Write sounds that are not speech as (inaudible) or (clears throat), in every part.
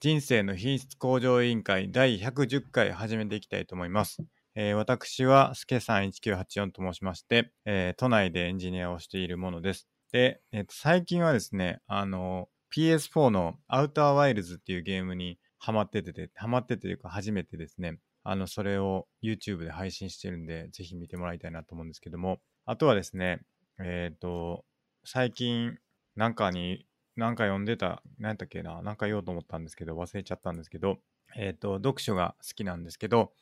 人生の品質向上委員会第110回始めていきたいと思います。えー私は、すけさん1984と申しまして、えー都内でエンジニアをしているものです。で、えーと最近はですね、あの、PS4 のアウターワイルズっていうゲームにハマっててて、ハマっててというか初めてですね、あの、それを YouTube で配信してるんで、ぜひ見てもらいたいなと思うんですけども、あとはですね、えっ、と、最近、なんかに、なんか読んでた、なんやったっけな、なんか言おうと思ったんですけど、忘れちゃったんですけど、えっ、と、読書が好きなんですけど、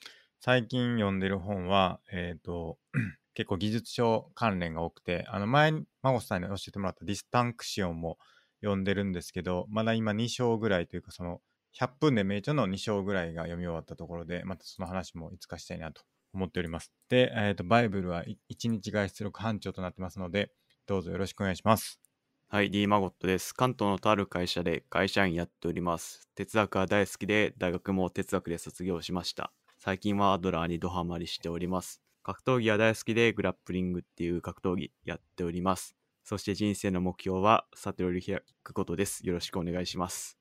最近読んでる本は、えっ、と、 (clears throat) 結構技術書関連が多くて、あの、前に、孫さんに教えてもらったディスタンクシオンも読んでるんですけど、まだ今2章ぐらいというか、その、100分で名著の2章ぐらいが読み終わったところで、またその話もいつかしたいなと思っております。で、えっ、と、バイブルは1日外出力班長となってますので、どうぞよろしくお願いします。はい、D マゴットです。関東のとある会社で会社員やっております。哲学は大好きで、大学も哲学で卒業しました。最近はアドラーにドハマりしております。格闘技は大好きで、グラップリングっていう格闘技やっております。そして人生の目標は、悟りを開くことです。よろしくお願いします。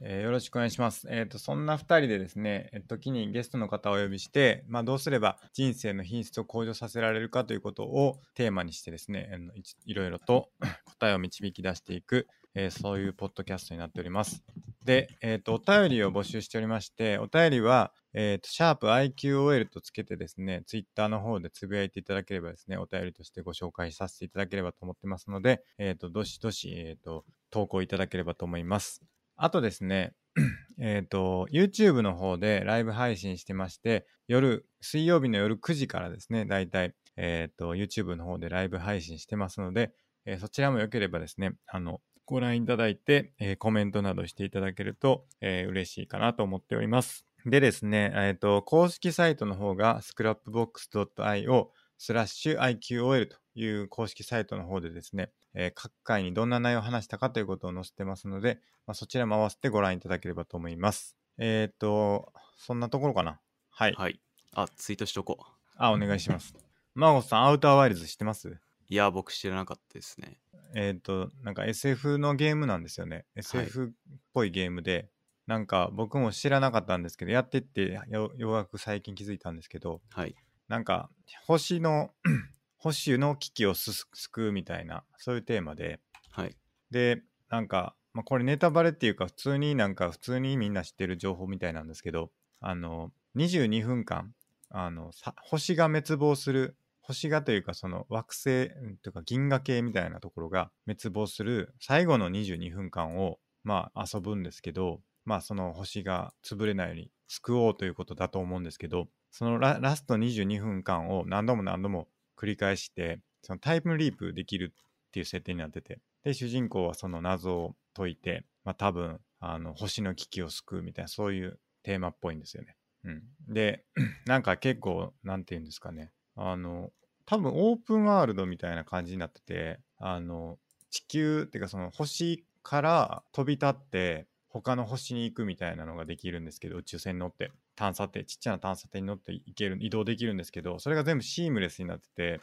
えーよろしくお願いします。えっ、と、そんな2人でですね、えー時にゲストの方をお呼びして、まあ、どうすれば人生の品質を向上させられるかということをテーマにしてですね、あのいちいろいろと (clears throat) 答えを導き出していく、えーそういうポッドキャストになっております。で、えっ、と、お便りを募集しておりまして、お便りは、えっ、と、シャープ i q o l とつけてですね、ツイッターの方でつぶやいていただければですね、お便りとしてご紹介させていただければと思ってますので、えっ、と、どしどし、えっ、と、投稿いただければと思います。あとですね、 (clears throat) えっと、YouTube の方でライブ配信してまして、夜、水曜日の夜9時からですね、だいたい、えっと、YouTube の方でライブ配信してますので、えーそちらも良ければですね、あの、ご覧いただいて、えーコメントなどしていただけると、えー嬉しいかなと思っております。でですね、えっと、公式サイトの方が scrapbox.io スラッシュ IQOL という公式サイトの方でですね、えー各回にどんな内容を話したかということを載せてますので、まあ、そちらも合わせてご覧いただければと思います。えっ、と、そんなところかな。はい。はい。あ、ツイートしとこう。あ、お願いします。マゴさん、アウターワイルズ知ってますいや、僕知らなかったですね。えっ、と、なんか SF のゲームなんですよね。SF っぽいゲームで、なんか僕も知らなかったんですけど、やってってよようやく最近気づいたんですけど、はい。なんか星の、 (clears throat) 星の危機をすす救うみたいな、そういうテーマで、はい。でなんか、まあ、これネタバレっていうか普通になんか普通にみんな知ってる情報みたいなんですけどあの22分間あのさ星が滅亡する星がというかその惑星うんというか銀河系みたいなところが滅亡する最後の22分間をまあ遊ぶんですけどまあその星が潰れないように救おうということだと思うんですけどそのララスト22分間を何度も何度も繰り返してそのタイムリープできるっていう設定になっててで主人公はその謎を解いて、まあ、多分あの星の危機を救うみたいなそういうテーマっぽいんですよね。うん、で (clears throat) なんか結構なんて言うんですかねあの多分オープンワールドみたいな感じになっててあの地球っていうかその星から飛び立って他の星に行くみたいなのができるんですけど宇宙船に乗って探査艇ちっちゃな探査艇に乗って行ける移動できるんですけどそれが全部シームレスになってて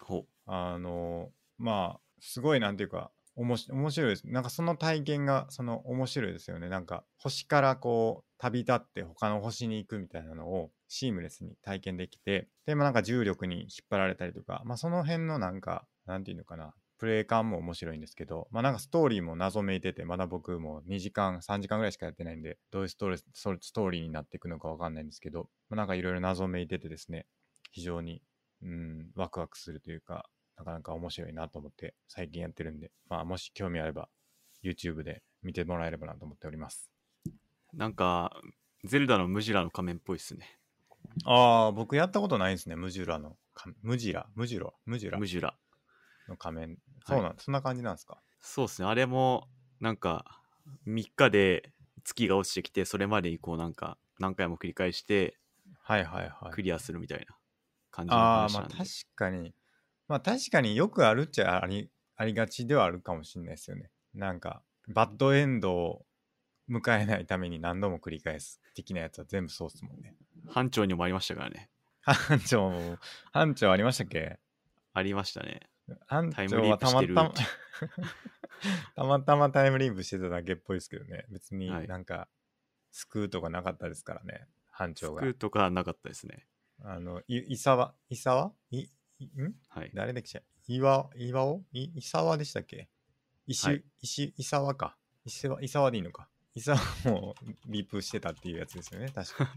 ほあのまあすごいなんていうかおもし面白いですなんかその体験がその面白いですよねなんか星からこう旅立って他の星に行くみたいなのをシームレスに体験できてでもなんか重力に引っ張られたりとか、まあ、その辺のなんかなんていうのかなプレイ感も面白いんですけど、まあなんかストーリーも謎めいてて、まだ僕も2時間、3時間ぐらいしかやってないんで、どういうストーリーそストーリーになっていくのかわかんないんですけど、まあ、なんかいろいろ謎めいててですね、非常にうん、ワクワクするというか、なかなか面白いなと思って最近やってるんで、まあもし興味あれば YouTube で見てもらえればなと思っております。う。なんか、ゼルダのムジラの仮面っぽいっすね。ああ、僕やったことないですね、ムジュラの仮。ムジラ、ムジュラ、ムジュラムジュラ。の仮面。そうなん、そんな感じなんですか。そうですね、あれも、なんか、3日で月が落ちてきて、それまでにこう、なんか、何回も繰り返して、はいはいはい。クリアするみたいな感じのああ、話まなあんで。確かに、まあ確かによくあるっちゃありありがちではあるかもしれないですよね。なんか、バッドエンドを迎えないために何度も繰り返す的なやつは全部そうっすも (laughs) んね。班長にもありましたからね。班長も、班長ありましたっけありましたね。班タイム長リーはプたしまてるたま、 (laughs) たまたまタイムリープしてただけっぽいですけどね。別にはいなんか、救うとかなかったですからね、班長が救。うとかはなかったですね。あの、い、伊沢、伊沢い、いんはい。誰でした岩、岩尾い、伊沢でしたっけ石、はい石、伊沢か。伊沢、伊沢でいいのか。伊沢も (laughs) リプしてたっていうやつですよね、確 (laughs) か。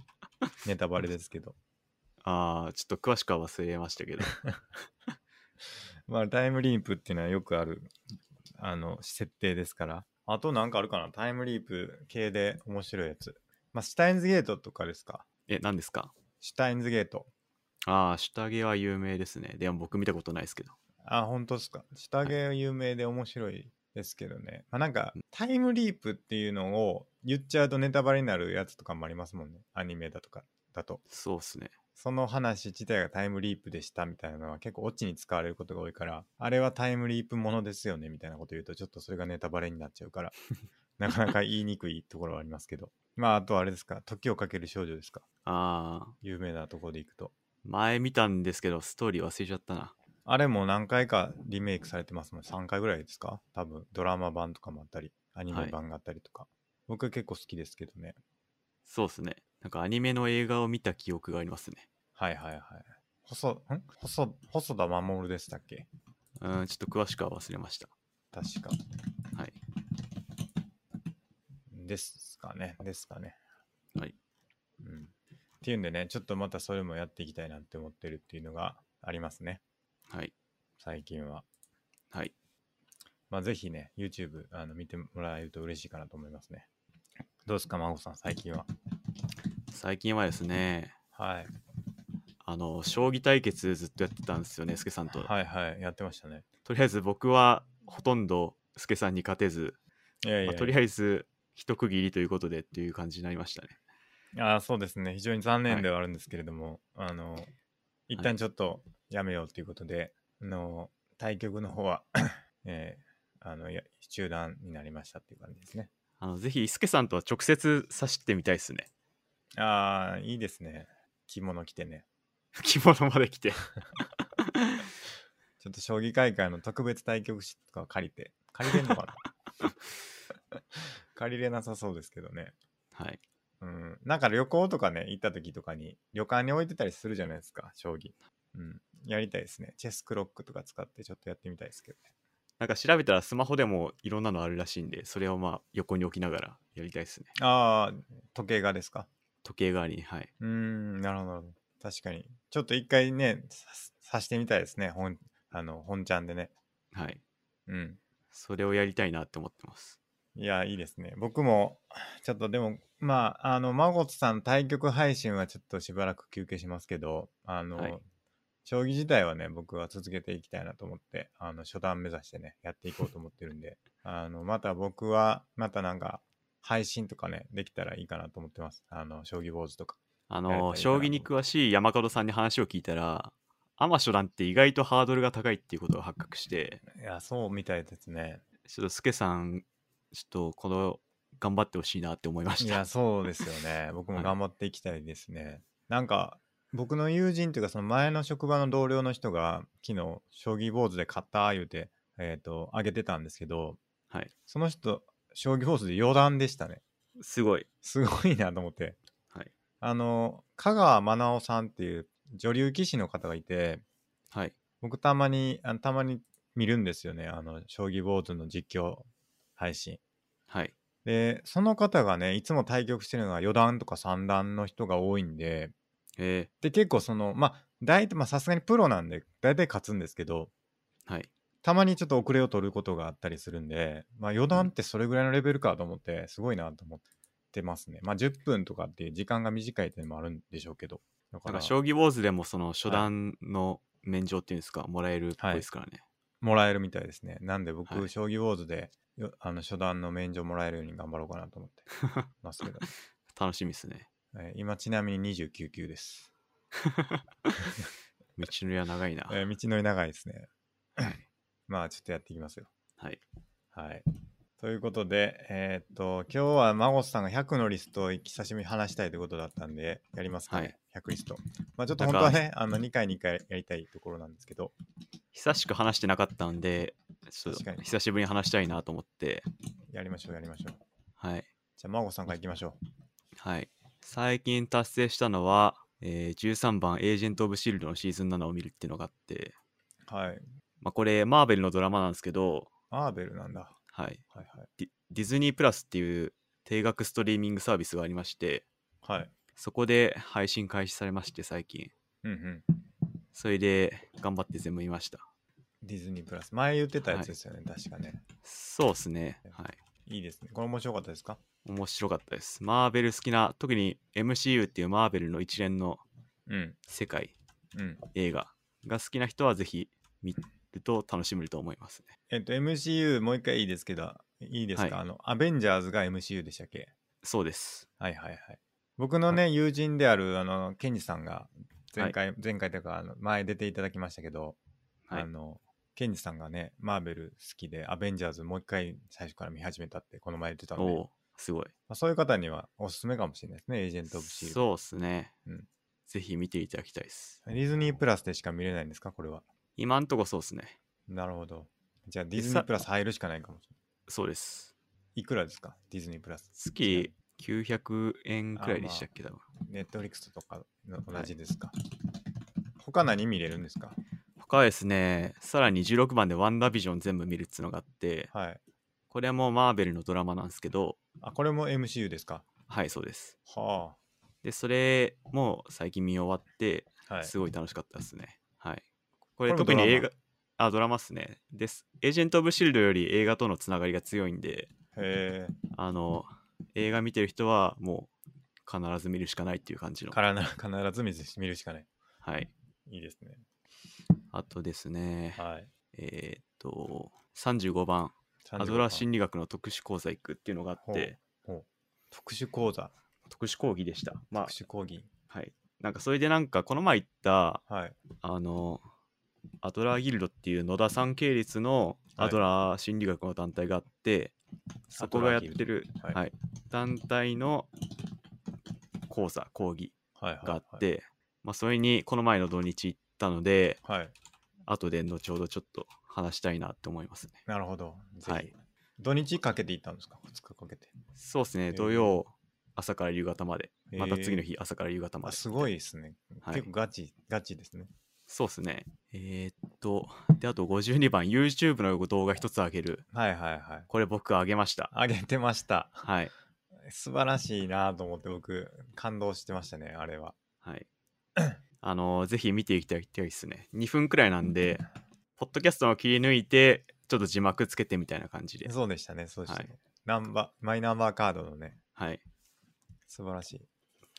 ネタバレですけど。ああ、ちょっと詳しくは忘れましたけど。まあ、タイムリープっていうのはよくある、あの、設定ですから。あとなんかあるかなタイムリープ系で面白いやつ。まあ、シュタインズゲートとかですかえ、何ですかシュタインズゲート。ああ、下着は有名ですね。でも僕見たことないですけど。あ、本当ですか。下着有名で面白いですけどね。まあ、なんか、タイムリープっていうのを言っちゃうとネタバレになるやつとかもありますもんね。アニメだとか、だと。そうですね。その話自体がタイムリープでしたみたいなのは結構オチに使われることが多いから、あれはタイムリープものですよねみたいなこと言うと、ちょっとそれがネタバレになっちゃうから、 (laughs) なかなか言いにくいところはありますけど。まあ、あとはあれですか、時をかける少女ですか。ああ、有名なところでいくと。前見たんですけど、ストーリー忘れちゃったな。あれも何回かリメイクされてますもん。3回ぐらいですか多分、ドラマ版とかもあったり、アニメ版があったりとか。僕結構好きですけどね。そうですね。なんかアニメの映画を見た記憶がありますね。はいはいはい。細、ん細、細田守でしたっけうん、ちょっと詳しくは忘れました。確か。はい。ですかね。ですかね。はい。うん。っていうんでね、ちょっとまたそれもやっていきたいなって思ってるっていうのがありますね。はい。最近は。はい。まあ、ぜひね、YouTube あの見てもらえると嬉しいかなと思いますね。どうですか、まごさん、最近は。最近はですね、はい。あの、将棋対決ずっとやってたんですよね、スケさんと。はいはい。やってましたね。とりあえず僕はほとんどスケさんに勝てず、いやいやいや、まあとりあえず一区切りということでっていう感じになりましたね。あーそうですね非常に残念ではあるんですけれども、あの一旦ちょっとやめようということで、あの対局の方は、 (coughs) えーあのや中断になりましたっていう感じですねあの、ぜひスケさんとは直接指してみたいですね。 (laughs) ああいいですね着物着てね着物まで来て。ちょっと将棋大会の特別対局室とかを借りて借りれんのかな借りれなさそうですけどねはい。うん、なんか旅行とかね、行った時とかに、旅館に置いてたりするじゃないですか、将棋。うん。やりたいですね。チェスクロックとか使ってちょっとやってみたいですけどね。なんか調べたらスマホでもいろんなのあるらしいんで、それをまあ横に置きながらやりたいですね。ああ、時計がですか。時計代わりに、はい。うーん、なるほどなるほど。確かに。ちょっと一回ね、ささしてみたいですね。本、あの、本ちゃんでね。はい。うん。それをやりたいなって思ってます。いや、いいですね。僕も、ちょっとでも、まあ、あの、まごさん対局配信はちょっとしばらく休憩しますけど、あの、はい将棋自体はね、僕は続けていきたいなと思って、あの、初段目指してね、やっていこうと思ってるん (laughs) で、あの、また僕は、またなんか、配信とかね、できたらいいかなと思ってます。あの、将棋坊主とか。あやれたらいいの、かな将棋に詳しい山門さんに話を聞いたら、アマ初段って意外とハードルが高いっていうことが発覚して、いや、そうみたいですね。ちょっとスケさん、ちょっとこの、頑張ってほしいなって思いましいた。や、そうですよね。僕も頑張っていきたいですね。なんか、僕の友人というか、その前の職場の同僚の人が、昨日、将棋坊主で勝った、言うて、えっ、と、あげてたんですけど、はいその人、将棋坊主で四段でしたね。すごい。すごいなと思って。はい。あの、香川真奈緒さんっていう女流棋士の方がいて、はい。僕たまに、あのたまに見るんですよね。あの、将棋坊主の実況配信。はい。で、その方がね、いつも対局してるのが4段とか3段の人が多いんで、えで、結構その、まあ、大体、まあ、さすがにプロなんで、大体勝つんですけど、ー、はい。たまにちょっと遅れを取ることがあったりするんで、まあ、4段ってそれぐらいのレベルかと思って、すごいなと思ってますね。まあ、10分とかっていう時間が短いっていうのもあるんでしょうけど。だかなんらか、、将棋ウォーズでもその初段の免状っていうんですか、もらえるっぽいですからね。もらえるみたいですね。なんでは僕、い将棋ウォーズで、よあの、初段の免除もらえるように頑張ろうかなと思ってます (laughs) けど、楽しみですね。えー今ちなみに29級です。道のりは長いな。えー道のり長いです (clears throat) ね。まあ、ちょっとやっていきますよ。はい。はい。ということで、えーっと、今日はマゴスさんが100のリストを久しぶりに話したいということだったんで、やりますかね、100リスト。まあ、ちょっと本当はね、あの、2回、2回やりたいところなんですけど、久しく話してなかったんで、ちょっ確かにと久しぶりに話したいなと思って、やりましょう、やりましょう。はい。じゃあ、マゴさんからいきましょう。はい。最近達成したのは、えー13番エージェント・オブ・シールドのシーズン7を見るっていうのがあって、はい。まあ、これ、マーベルのドラマなんですけど、マーベルなんだ。はい。はいはい。ディディズニープラスっていう定額ストリーミングサービスがありまして、はい。そこで配信開始されまして、最近。うんうん。それで頑張って全部見ました。ディズニープラス。前言ってたやつですよね、確かね。そうですね。はい。いいですね。これ面白かったですか面白かったです。マーベル好きな、特に MCU っていうマーベルの一連のうん。世界、うん。映画が好きな人はぜひ見ると楽しめると思いますね。えっと、MCU もう一回いいですけど、いいですか、はいあの、アベンジャーズが MCU でしたっけそうです。はいはいはい。僕のね、友人である、あの、ケンジさんが、前回、前回というか、あの前出ていただきましたけど、はいあの、ケンジさんがね、マーベル好きで、アベンジャーズもう一回最初から見始めたって、この前言ってたんおで、まおー、すごい。あ、そういう方にはおすすめかもしれないですね、エージェント・オブ・シールド。そうですね、うんぜひ見ていただきたいです。ディズニープラスでしか見れないんですか、これは。今んとこそうですね。なるほど。じゃあ、ディズニープラス入るしかないかもしれない。そうです。いくらですか、ディズニープラス。月900円くらいでしたっけ、多分。ネットフリックスとかの同じですか、他何見れるんですか他はですね、さらに16番でワンダービジョン全部見るっつうのがあって、はい。これはもうマーベルのドラマなんですけど、あ、これも MCU ですかはい、そうです。はで、それも最近見終わって、あ。はい。すごい楽しかったですね。はい。これれも特にドラマ映画、あ、ドラマっすね。です。エージェント・オブ・シールドより映画とのつながりが強いんで、へえ。あの、映画見てる人はもう必ず見るしかないっていう感じの。からな必ず見ず見るしかない。はい。いいですね。あとですね、はい。えーっと、35番、アドラー心理学の特殊講座行くっていうのがあって、ほう特殊講座、特殊講義でした。まあ特、殊講義。はい。なんかそれでなんかこの前行った、はい。あの、アドラーギルドっていう野田さん系列のはいアドラー心理学の団体があって、そこがやってるア、ドラーギルドはいはい団体の講座、講義はいはい、があはっい。て、まあ、それにこの前の土日行ったので、はい。後で後ほどちょっと話したいなって思いますね。なるほど。ぜひはい。土日かけていったんですか ?2 日かけて。そうですえね、ー土曜、朝から夕方まで、えーまた次の日、朝から夕方まあで。すごいですね。はい結構ガチ、ガチですね。そうですね。えーっと、で、あと52番、YouTube の動画一つ上げる。はいはいはい。これ僕上げました。あげてました。はい。素晴らしいなと思って僕感動してましたねあれは (coughs) はい。あのーぜひ見ていただきたいですね。2分くらいなんで、ポッドキャストを切り抜いて、ちょっと字幕つけてみたいな感じで。そうでしたねそうでしたね、はナンバーマイナンバーカードのねはい。素晴らしい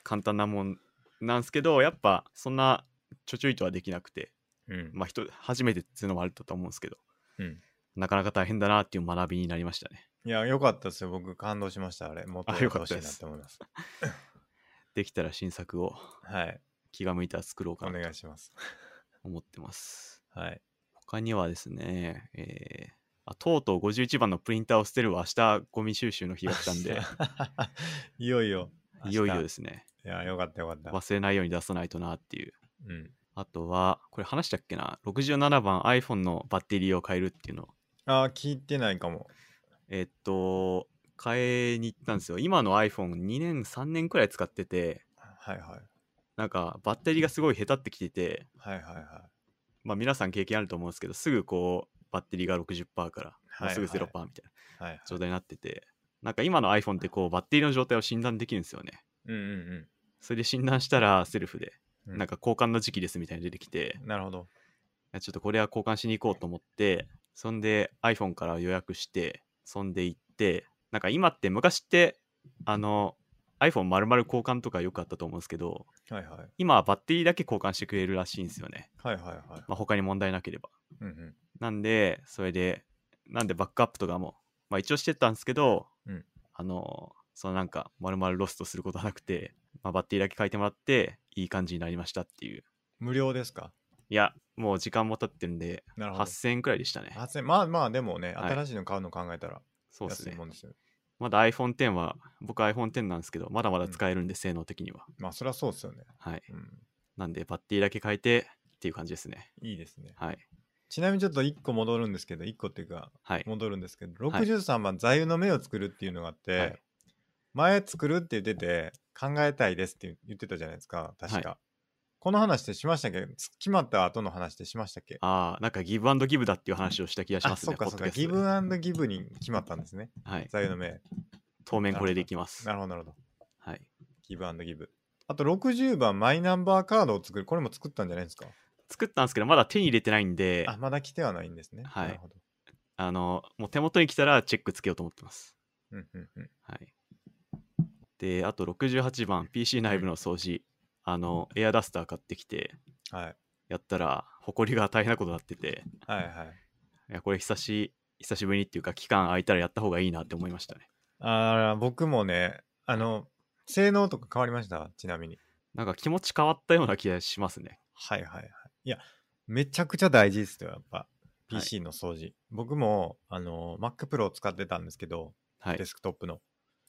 簡単なもんなんですけど、やっぱそんなちょちょいとはできなくて、うん、まあ人、初めてっていうのもあると思うんですけど、うんなかなか大変だなっていう学びになりましたね。いや良かったですよ僕感動しましたあれもっとあやよってかほっしたいでなっすて思いますできたら新作を (laughs) はい気が向いたら作ろうおかなと願いします思ってます。はい他にはですね、えーあとうとう51番のプリンターを捨てるは明日ゴミ収集の日が来たんで、 (laughs) いよいよいよいよですすね。いや良かった良かった忘れないように出さないとなっていう。うんあとは、これ話したっけな ?67 番 iPhone のバッテリーを変えるっていうの。あー聞いてないかもえっと、変えに行ったんですよ。今の iPhone2 年、3年くらい使ってて、はいはいなんかバッテリーがすごい下手ってきてて、はいはいはまあ皆さん経験あると思うんですけど、すぐこう、バッテリーが60%から、もうすぐはいはい0%みたいないはいはい状態になってて、なんか今の iPhone ってこう、バッテリーの状態を診断できるんですよね。うんうんそれで診断したらセルフで、うんなんか交換の時期ですみたいに出てきて、うんなるほどいやちょっとこれは交換しに行こうと思って、そんで iPhone から予約して、そんで行って、なんか今って昔って、あの、iPhone 丸々交換とかよくあったと思うんですけど、はいはい今はバッテリーだけ交換してくれるらしいんですよね。はいはいはいまあ、他に問題なければ。うんうんなんで、それで、なんでバックアップとかも、まあ一応してたんですけど、うんあの、そのなんか丸々ロストすることはなくて、まあ、バッテリーだけ変えてもらって、いい感じになりましたっていう。無料ですかいや、もう時間も経ってるんで、なるほど8000円くらいでしたね。 8000まあまあでもねはい新しいの買うの考えたらそうです安いねも。んですよまだ iPhone X は、僕 iPhone X なんですけど、まだまだ使えるんで、性能的には。まあそりゃそうですよね、はい。うん、なんで、バッテリーだけ変えてっていう感じですね。いいですねはい。ちなみにちょっと1個戻るんですけど1個っていうかはい。戻るんですけどはい63番座右の銘を作るっていうのがあって、はい前作るって言ってて考えたいですって言ってたじゃないですか、確か。はこの話ってしましたっけ決まった後の話ってしましたっけああ、なんかギブアンドギブだっていう話をした気がしあ、ますそね。うかそうか。ポッドキャストでギブアンドギブに決まったんですね。はい。座右の銘。当面これでいきます。なるほど、なるほど。はい。ギブアンドギブ。あと60番、マイナンバーカードを作る。これも作ったんじゃないですか作ったんですけど、まだ手に入れてないんで、あ、あまだ来てはないんですね。はいなるほど。の、もう手元に来たらチェックつけようと思ってます。うんうんうん。はい。で、あと68番、PC 内部の掃除。あの、エアダスター買ってきて、はい。やったら、埃が大変なことになってて、はいはい。いや、これ久し、久しぶりにっていうか、期間空いたらやった方がいいなって思いましたね。あー僕もね、あの、性能とか変わりましたちなみに。なんか気持ち変わったような気がしますね。はいはいはい。いや、めちゃくちゃ大事ですよ、やっぱ。い PC の掃除。僕も、あの、Mac Pro を使ってたんですけど、はいデ。スクトップの。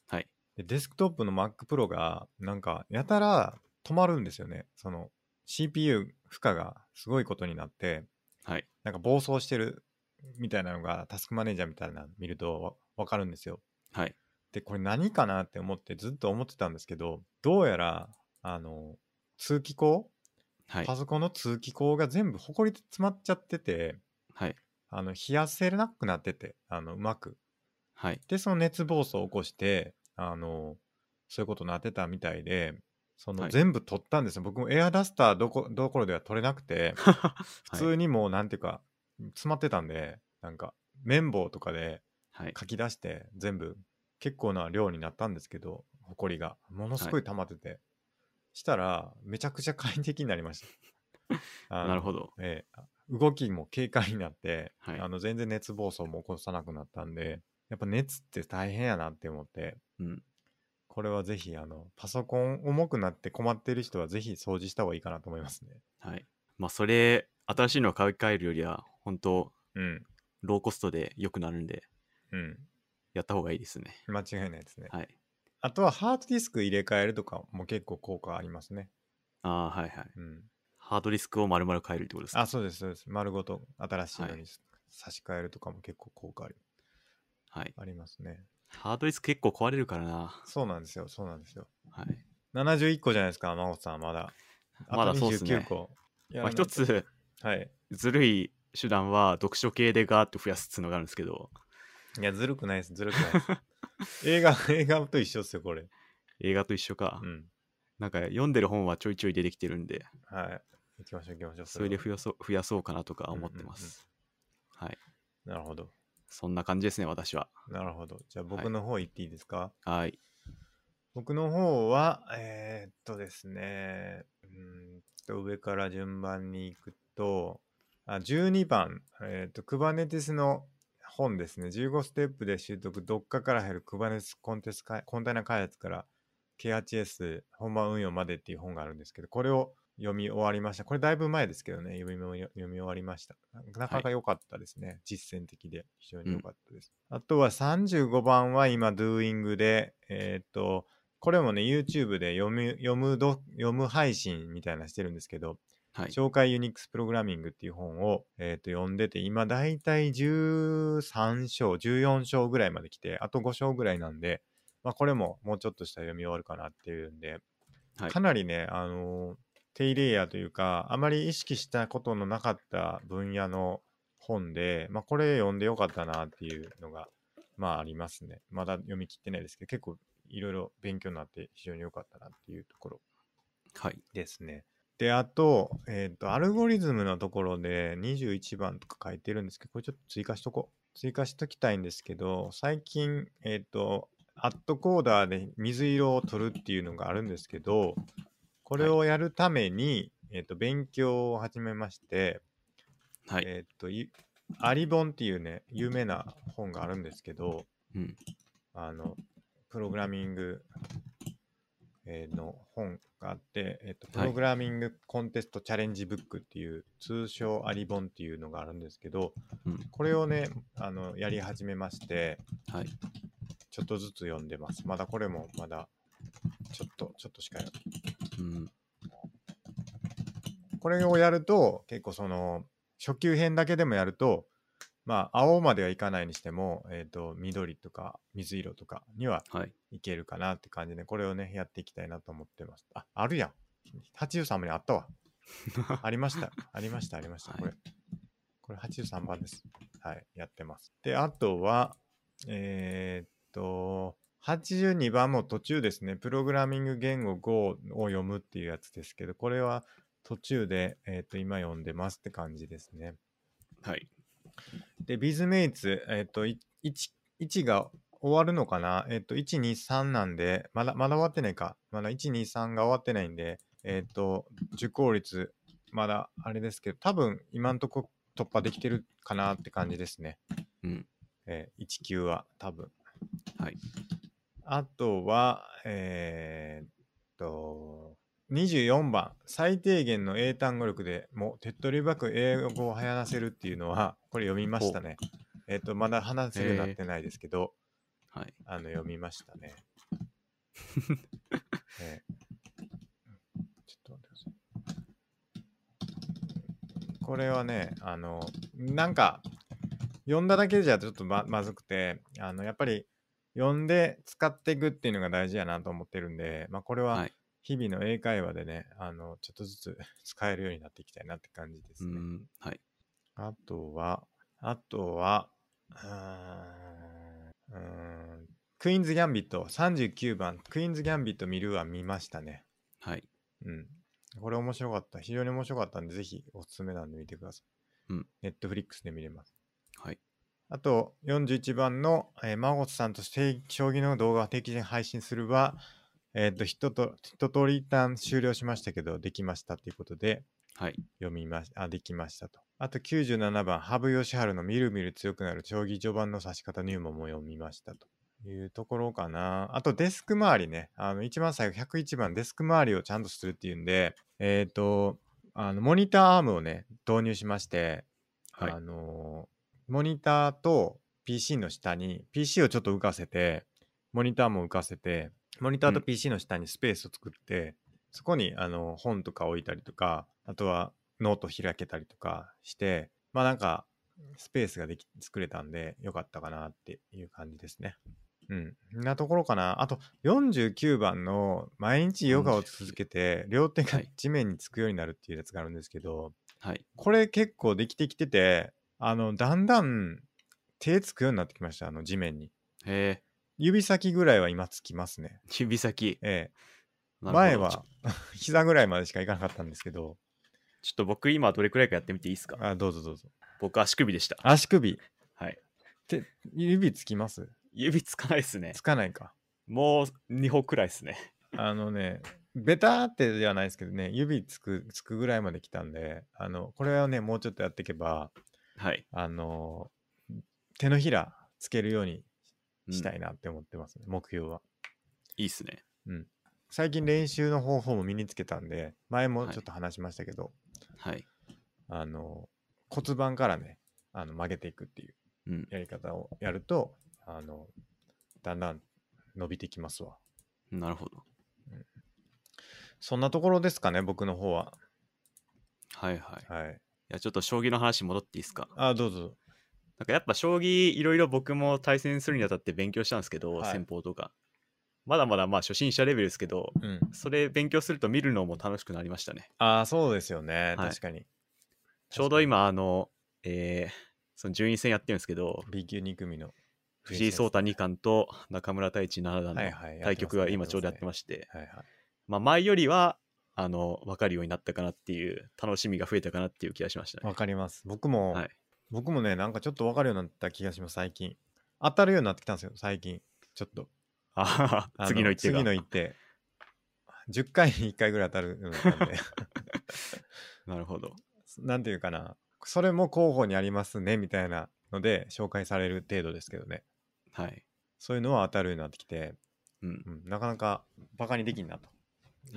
はい。でデスクトップの Mac Pro が、なんか、やたら止まるんですよね。その、CPU 負荷がすごいことになって、はい。なんか暴走してるみたいなのが、タスクマネージャーみたいなの見るとわわかるんですよ。はい。で、これ何かなって思ってずっと思ってたんですけど、どうやら、あの、通気口はいパ。ソコンの通気口が全部ほこりで詰まっちゃってて、はい。あの、冷やせなくなってて、あの、うまく。はい。で、その熱暴走を起こして、あの、そういうことになってたみたいで、その、はい全部取ったんですよ。僕もエアダスターどこ、どころでは取れなく (laughs) て、 (laughs) 普はい。通にもう、なんていうか、詰まってたんで、なんか、綿棒とかではい。書き出して、全部、結構な量になったんですけど、ほこりが。ものすごい溜まってて。したら、めちゃくちゃ快適になりま (laughs) した。あのなるほど。ええ動きも軽快になって、はいあの全然熱暴走も起こさなくなったんでやっぱ熱って大変やなって思ってうん。これはぜひあのパソコン重くなって困ってる人はぜひ掃除した方がいいかなと思いますねはい。まあ、それ、新しいのを買い替えるよりは、本当うんローコストで良くなるんで、うんやった方がいいですね。間違いないですね、はい。あとはハードディスク入れ替えるとかも結構効果ありますねああー、はいはい。うんハードディスクを丸々変えるってことですかあそうですそうです丸ごと新しいのはに差し替えるとかも結構効果あり,、はい。ありますねハードディスク結構壊れるからな。そうなんですよそうなんですよはい。 71個じゃないですか真帆さんまだあまとだそうっすね29個いやまあ、一つ、はい。ずるい手段は、読書系でガーッと増やすっていうのがあるんですけど、いや、ずるくないです、ずるくない (laughs) です。映画、映画と一緒っすよ、これ。映画と一緒か。うん。なんか、読んでる本はちょいちょい出てきてるんで、はい。行きましょう、行きましょう。それでは増やそう増やそうかなとか思ってます。はい。なるほど。そんな感じですね、私は。なるほど。じゃあ、はい僕の方行っていいですか、はい。僕の方は、えー、っとですね、うーんと、上から順番に行くと、あ12番、えーっと、Kubernetes の本ですね。15ステップで習得、どっかから入る Kubernetes コンテスかコンテナ開発から K8S 本番運用までっていう本があるんですけど、これを読み終わりました。これだいぶ前ですけどね、読み読み終わりました。ななかなか良かったですね。実践的で非常に良かったです。あとは35番は今、Doing で、えーっと、これもね、YouTube で読む、読むど、読む配信みたいなのしてるんですけど、はい。紹介ユニックスプログラミングっていう本を、えーと、読んでて、今だいたい13章、14章ぐらいまで来て、あと5章ぐらいなんで、まあこれももうちょっとしたら読み終わるかなっていうんで、はいかなりね、あのー低レイヤーというか、あまり意識したことのなかった分野の本で、まあこれ読んでよかったなっていうのが、まあありますね。まだ読み切ってないですけど、結構いろいろ勉強になって非常に良かったなっていうところ。はい。ですね。で、あと、えっ、と、アルゴリズムのところで21番とか書いてるんですけど、これちょっと追加しとこう。追加しときたいんですけど、最近、えっ、と、アットコーダーで水色を取るっていうのがあるんですけど、これをやるために、えっ、と、勉強を始めまして、はい。えっ、と、いアリボンっていうね、有名な本があるんですけど、うん。あの、プログラミング、えーの本があって、えっと、プはいログラミングコンテストチャレンジブックっていう、通称アリボンっていうのがあるんですけど、うん。これをね、あの、やり始めまして、はい。ちょっとずつ読んでます。まだこれも、まだ、ちょっと、ちょっとしかやうん。これをやると、結構その、初級編だけでもやると、まあ、青まではいかないにしても、えー、と緑とか水色とかにははい。いけるかなって感じで、これをね、やっていきたいなと思ってます。あ、あるやん。83にあった (laughs) わ。ありました。ありました、ありました。はいこれ。これ83番です。はい、やってます。で、あとは、えーっと、82番も途中ですね、プログラミング言語 Go を読むっていうやつですけど、これは途中で、えーっと、今読んでますって感じですね。はい。で、ビズメイツ、えっ、と、い 1, 1が終わるのかなえっ、と、1、2、3なんで、まだ、まだ終わってないか。まだ1、2、3が終わってないんで、えっ、と、受講率、まだあれですけど、多分今んとこ突破できてるかなって感じですね。うん。えー、1級は多分。はい。あとは、えーっと、24番、最低限の英単語力でもう手っ取り早く英語を流行らせるっていうのは、これ読みましたね。えーっと、まだ話せるようになってないですけど、はい。あの、読みましたね。えーちょっと待ってください。これはね、あの、なんか、読んだだけじゃちょっとままずくて、あの、やっぱり、読んで使っていくっていうのが大事やなと思ってるんで、まあ、これははい日々の英会話でね、あの、ちょっとずつ使えるようになっていきたいなって感じですうね。ん。はい。あとは、あとは、うーんうーんクイーンズ・ギャンビット、39番、クイーンズ・ギャンビット見るは見ましたね。はい。うん。これ面白かった。非常に面白かったんで、ぜひおすすめなんで見てください。うん。ネットフリックスで見れます。はい。あと、41番の、えー、マゴトさんとして将棋の動画を定期的に配信するは、えっ、と、一と、一通り一旦終了しましたけど、できましたということで、はい。読みましあできましたと。あと97番、羽生善治のみるみる強くなる将棋序盤の指し方入門も読みましたというところかな。あとデスク周りね、あの一番最後101番、デスク周りをちゃんとするっていうんで、えっ、と、あのモニターアームをね、導入しまして、はいあのーモニターと PC の下に、PC をちょっと浮かせて、モニターも浮かせて、モニターとうん PC の下にスペースを作って、そこにあの本とか置いたりとか、あとはノート開けたりとかして、まあなんかスペースができ作れたんでよかったかなっていう感じですね。うん。なところかな。あと49番の毎日ヨガを続けて両手がはい地面につくようになるっていうやつがあるんですけど、はい。これ結構できてきてて、あの、だんだん手つくようになってきました、あの地面に。え指先ぐらいは今つきますね。ー、指先。ええ。なるほど前ちょは (laughs) 膝ぐらいまでしかいかなかったんですけど、ちょっと僕今どれくらいかやってみていいですかあどうぞどうぞ。僕足首でした。足首。はい。指つきます指つかないですねつ。かないか。もう2歩くらいですね。あのね、ベターってではないですけどね、指つく、つくぐらいまで来たんで、あの、これをね、もうちょっとやっていけば、はい。あの、手のひらつけるようにうんしたいなって思ってますね、目標は。いいっすね。最近練習の方法も身につけたんで、前もちょっと話しましたけど、はい。あの、骨盤からね、あの曲げていくっていううん。やり方をやると、あの、だんだん伸びてきますわ。なるほど。そんなところですかね、僕の方は。はいはい。いはい。や、ちょっと将棋の話戻っていいですかあ、どうぞ。なんかやっぱ将棋いろいろ僕も対戦するにあたって勉強したんですけど、はい戦法とか。まだまだまあ初心者レベルですけど、うん。それ勉強すると見るのも楽しくなりましたね。ああ、そうですよね。はい確かに。ちょうど今、あの、えーその順位戦やってるんですけど確、かに。B 級2組の。藤井聡太二冠と中村太一七段のはいはい対局が今ちょうどやってままして、すね。はいはい。まあ前よりは、あの、分かるようになったかなっていう、楽しみが増えたかなっていう気がしましたね。わかります。僕も、はい僕もね、なんかちょっとわかるようになった気がします、最近。当たるようになってきたんですよ、最近。ちょっと。あははあ (laughs) 次の一手が。次の一手。10回に1回ぐらい当たるようになったん (laughs) で。なるほど。なんていうかな。それも候補にありますね、みたいなので、紹介される程度ですけどね。はい。そういうのは当たるようになってきて、うんう。ん、なかなかバカにできんなと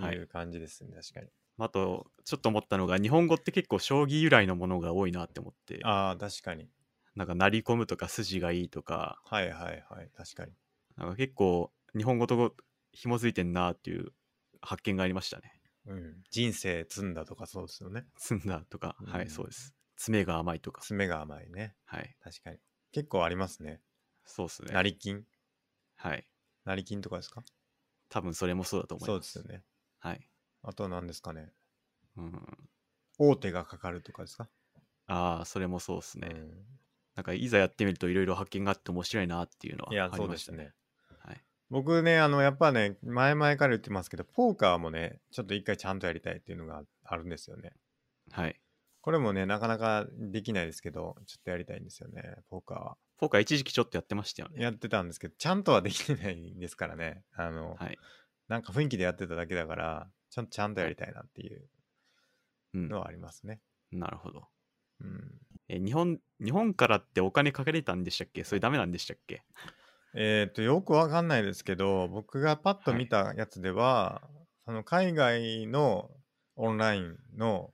はいいう感じですね、確かに。あと、ちょっと思ったのが、日本語って結構将棋由来のものが多いなって思って、ああ、確かに。なんか、なり込むとか、筋がいいとか、はいはいはい、確かに。なんか結構、日本語とこ紐づいてんなっていう発見がありましたね。 (laughs) うん、人生積んだとかそうですよね。積んだとか、はうんい、そうです。爪が甘いとか。爪が甘いね。はい。確かに。結構ありますね。そうですね。成金はい。成金とかですか多分それもそうだと思いそうま。ですすよね。はい。あとは何ですかね。うん。大手がかかるとかですかああ、それもそうですね。うんなんかいざやってみるといろいろ発見があって面白いなっていうのはいあやり、ましそたうでしたね。。はい。僕ね、あの、やっぱね、前々から言ってますけど、ポーカーもね、ちょっと一回ちゃんとやりたいっていうのがあるんですよね。はい。これもね、なかなかできないですけど、ちょっとやりたいんですよね、ポーカーは。ポーカー一時期ちょっとやってましたよね。やってたんですけど、ちゃんとはできてないですからね。あの、はい。なんか雰囲気でやってただけだから、ちゃんとちゃんとやりたいなっていううん。のはありますね。なるほど。うん。え、日本、日本からってお金かけれたんでしたっけそれダメなんでしたっけえっ、と、よくわかんないですけど、僕がパッと見たやつでは、その海外のオンラインの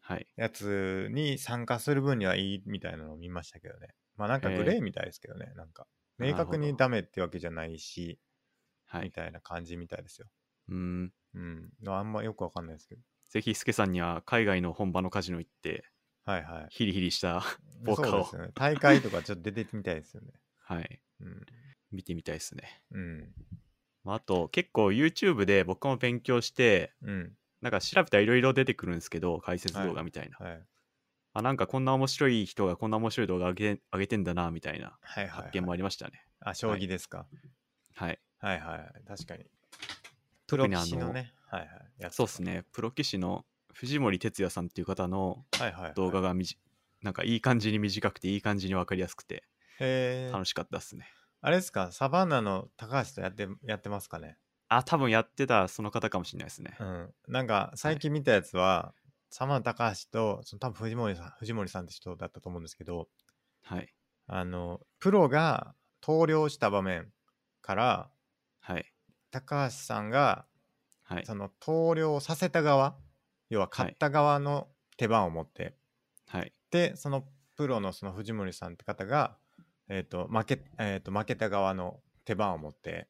はい。やつに参加する分にはいいみたいなのを見ましたけどね。まあなんかグレーみたいですけどね、なんか。明確なるにほどダメってわけじゃないし、はみい。たいな感じみたいですよ。うん。うん。あんまよくわかんないですけど。ぜひ、スケさんには海外の本場のカジノ行って、はいはい。ヒリヒリした、 (laughs) ポーカーをそうですよね。大会とかちょっと出てみたいですよね。はい。うん。見てみたいですね。うん。まああと、結構 YouTube で僕も勉強して、うん。なんか調べたらいろいろ出てくるんですけど、解説動画みたいな。はい。あ、なんかこんな面白い人がこんな面白い動画上げて上げてんだな、みたいなはいはい、発はい見もありましたね。あ、将棋ですか。はい。はいはい。確かに。プ特ロにあ棋士のの、ね。はいはい。やつそうですね、プロ棋士の藤森哲也さんっていう方のはいはいはい。動画がみじ、なんかいい感じに短くて、いい感じに分かりやすくて、へー楽しかったっすね。あれですか、サバンナの高橋とやってやってますかね。あ、多分やってたその方かもしれないですねう。ん。なんか、最近見たやつは、サバンナ高橋と、その多分藤森さん、藤森さんって人だったと思うんですけど、はい。あの、プロが投了した場面から、はい。高橋さんが、はい。その投了させた側、要は勝った側の手番を持って、 (laughs) はい。でそのプロのその藤森さんって方が、えーと負けえー、と負けた側の手番を持って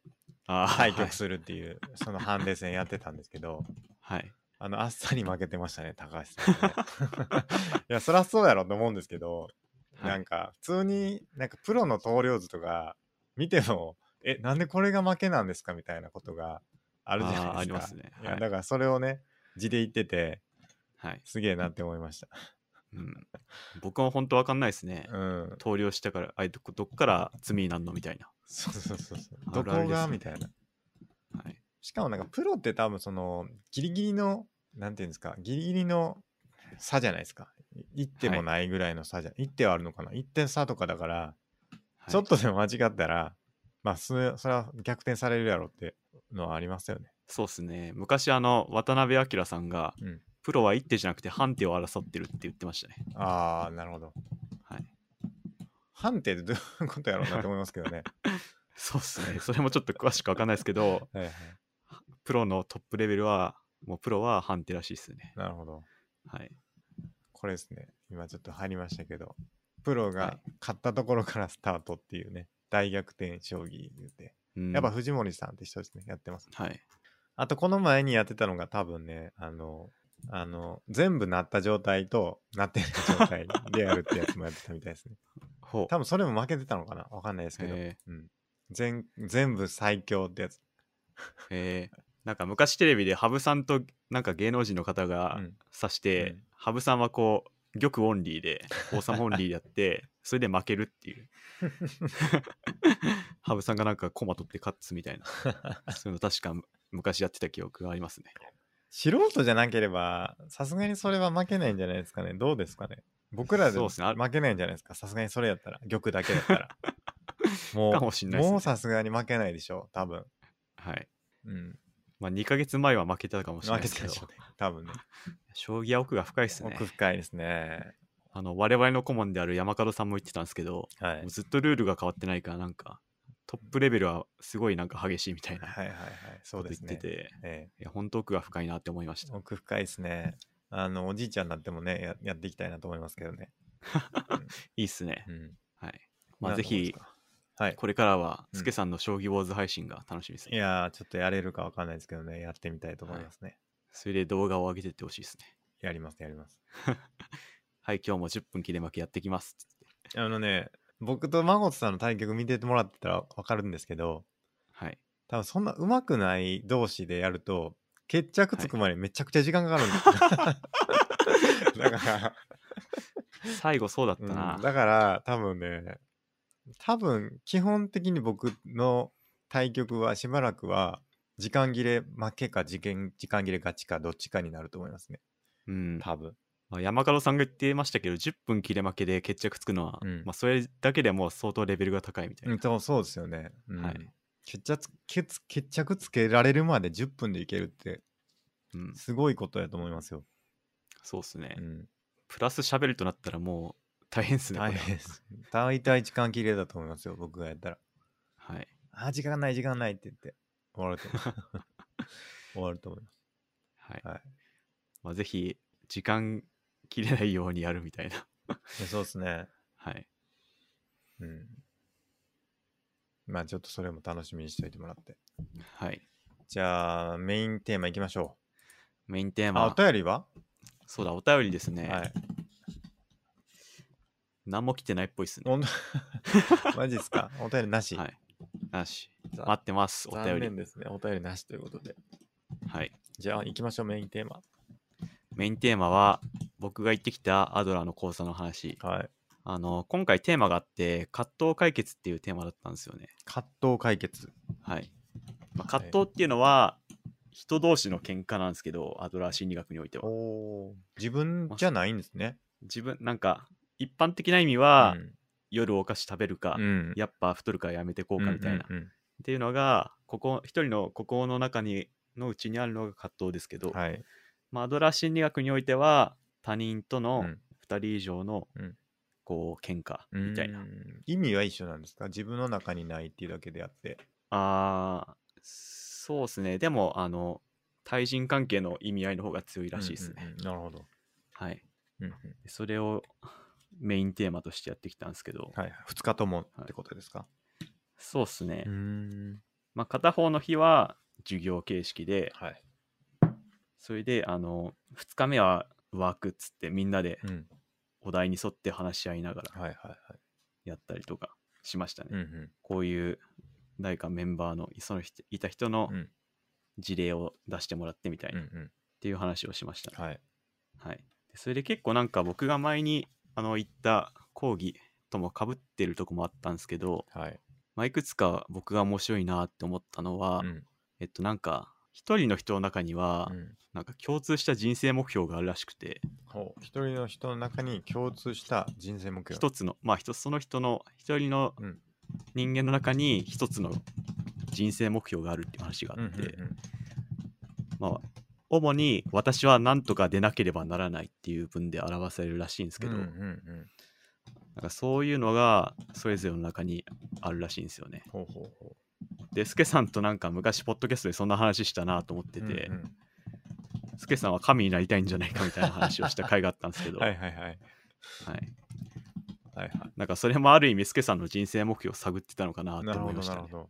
あー対局するっていう、そのハンデ戦やってたんですけど (laughs) はい。はいあのあっさり負けてましたね高橋さんね、 (laughs) いやそりゃそうやろと思うんですけど、はいなんか普通になんかプロの投了図とか見てもえなんでこれが負けなんですかみたいなことがあるじゃないですかあーありますねいやはいだからそれをね字で言っててはい。すげえなって思いましたうん。僕も本当わかんないですね。うん投了してから、あれどこどっから罪になるのみたいな。そうそうそうそう。あどるあるこが、ですねみたいな。はい。しかもなんかプロって多分そのギリギリの、なんていうんですか、ギリギリの差じゃないですか。い一手もないぐらいの差じゃ、一手はあるのかな一点差とかだから、はいちょっとでも間違ったら、まあそれ、それは逆転されるやろってのはありますよね。そうですね。昔、あの、渡辺明さんが、うんプロは一手じゃなくて判定を争ってるって言ってましたね。 (laughs) ああ、なるほど。はい。判定ってどういうことやろうなと思いますけどね。そうですね。それもちょっと詳しくわかんないですけ (laughs) ど、はいはい。プロのトップレベルは、もうプロは判定らしいですね。なるほど。はい。これですね。今ちょっと入りましたけど、プロはが勝ったところからスタートっていうね、大逆転将棋言うて。うんやっぱ藤森さんって人ですね、やってます。はい。あと、この前にやってたのが多分ね、あの、あの、全部鳴った状態と、鳴ってない状態でやるってやつもやってたみたいですね。ほう。多分それも負けてたのかなわかんないですけど。えうん。全、全部最強ってやつ。ーえーなんか昔テレビで羽生さんとなんか芸能人の方がうん指して、うん羽生さんはこう玉オンリーで王様オンリーでやって (laughs) それで負けるっていう羽生さんがなんか駒取って勝つみたいなそういうの確か昔やってた記憶があります (laughs) ね素人じゃなければ、さすがにそれは負けないんじゃないですかね。どうですかね。僕らでそうですねあ負けないんじゃないですか。さすがにそれやったら、玉だけだった (laughs) ら。もう、かもしんないですねもうさすがに負けないでしょう、多分。はい、うん。まあ、2ヶ月前は負けてたかもしれな負いけでてすたけでしょどうね。多分ね。将棋は奥が深いですね奥深いですね。あの我々の顧問である山門さんも言ってたんですけど、はい。はいもうずっとルールが変わってないからなんかトップレベルはすごいなんか激しいみたいなはいはい。そうですね言っ。てて、えいや本当奥が深いなって思いましえた。奥深いですね。あの、おじいちゃんになってもね、ややっていきたいなと思いますけどね。いいっすねう。ん。はい。まあなんぜと思いひます、か。はい。これからは、うんスケさんの将棋ウォーズ配信が楽しみですいね。やー、ちょっとやれるかわかんないですけどね、やってみたいと思いますね。それで動画を上げてってほしいですね。やります、やります。はい、今日も10分切れ負けやってきま (laughs) す。つってあのね、僕と真琴さんの対局見ててもらってたらわかるんですけど、はい。多分そんな上手くない同士でやると、決着つくまでめちゃくちゃ時間かかるん (laughs) ですよ。だから、最後そうだったうんな。だから多分ね、多分基本的に僕の対局はしばらくは時間切れ負けか時間時間切れ勝ちかどっちかになると思いますね。うん。多分。まあ山門さんが言ってましたけど、10分切れ負けで決着つくのは、うんまあ、それだけでもう相当レベルが高いみたいうん、な。そうそうですよね。うんはい決着決決着つけられるまで10分でいけるってうん。すごいことやと思いますよ。そうっすね。うん、プラス喋るとなったらもう大変っすね。これ大は変です。大体時間切れだと思いますよ、僕がやったら。はい。あー、時間ない、時間ないって言って終わると思 (laughs) う。終わると思います。はい。はいまあ、ぜひ、時間切れないようにやるみたいな。 (laughs) いやそうですね。はい。うん。まあちょっとそれも楽しみにしておいてもらって。はい。じゃあメインテーマいきましょメインテーう。あ、マお、便りは、そうだ、お便りですね。はい。何も来てないっぽいっすね。ほん (laughs) とマジですかお便りなし。はい。なし。ざ待ってます、お残便り念。ですね。お便りなしということで。はい。じゃあ行きましょう、メインテーマ。メインテーマは、僕が言ってきたアドラーの講座の話。はい。あの、今回テーマがあって、葛藤解決っていうテーマだったんですよね。葛藤解決。はい。まはあ、い葛藤っていうのは、人同士の喧嘩なんですけど、アドラー心理学においては。おー自分じゃないんですね。自分、なんか、一般的な意味は、うん夜お菓子食べるか、うんやっぱ太るからやめてこうかみたいな、っうんうんていうのがここ一人の心の中にのうちにあるのが葛藤ですけうど、んはい。まあ、アドラー心理学においては他人とのうん2人以上のうんこう喧嘩みたいな、うん意味は一緒なんですか自分の中にないっていうだけであって。あーそうですねでもあの対人関係の意味合いの方が強いらしいですね、うんうんうんなるほど。はいうんうんでそれをメインテーマとしてやってきたんですけど、はい、2日ともってことですか、そうですね、うーんまあ、片方の日は授業形式で、はい、それであの2日目はワークっつってみんなでうん、お題に沿って話し合いながらはいはいはい、やったりとかしましたね、うんうんこういう誰かメンバーのその人いた人のうん事例を出してもらってみたいなうっんていう話をしましたね、うんはいはい、でそれで結構なんか僕が前にあの行った講義ともかぶってるとこもあったんですけど、はいまあ、いくつか僕が面白いなって思ったのは、うんえっとなんか一人の人の中には、うんなんか共通した人生目標があるらしくて、ほう一人の人の中に共通した人生目標一つのまあ一つその人の一人のうん人間の中に一つの人生目標があるっていう話があうんうっんて、うんまあ主に私は何とか出なければならないっていう文で表されるらしいんですけど、うんうんうなんんかそういうのがそれぞれの中にあるらしいんですよね。ほうほうほうでスケさんとなんか昔ポッドキャストでそんな話したなと思ってて、うんスケさんは神になりたいんじゃないかみたいな話をした回があったんですけうど、んはいはいはいはいはいはなんかそれもある意味スケさんの人生目標を探ってたのかないとなる思ほいまどしなたるねほ。ど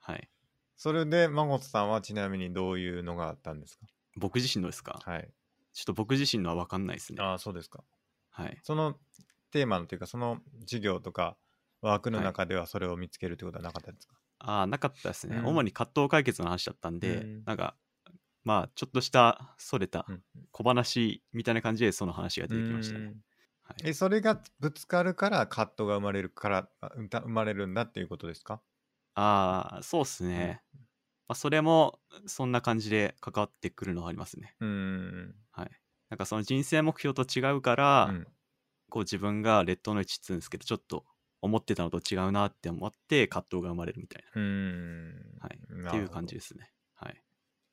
はい、それで真琴さんはちなみにどういうのがあったんですか僕自身のですか、はいちょっと僕自身のは分かんないですね。ああそうですかはい。そのテーマのというかその授業とかワークの中ではそれを見つけるってことはなかったですか、ああ、なかったですね、うん主に葛藤解決の話だったんで、うんなんか、まあ、ちょっとした、それたうん、小話みたいな感じで、その話が出てきましたうねん。はい、えそれがぶつかるからカットが生まれるからあうんた生まれるんだっていうことですかああ、そうですね。まあ、それも、そんな感じで関わってくるのはありますね。うーんはい。なんか、その人生目標と違うから、うんこう、自分が列島の位置っつうんですけど、ちょっと、思ってたのと違うなって思って、葛藤が生まれるみたいうーんな。はい。なるほどっていう感じですね。はい。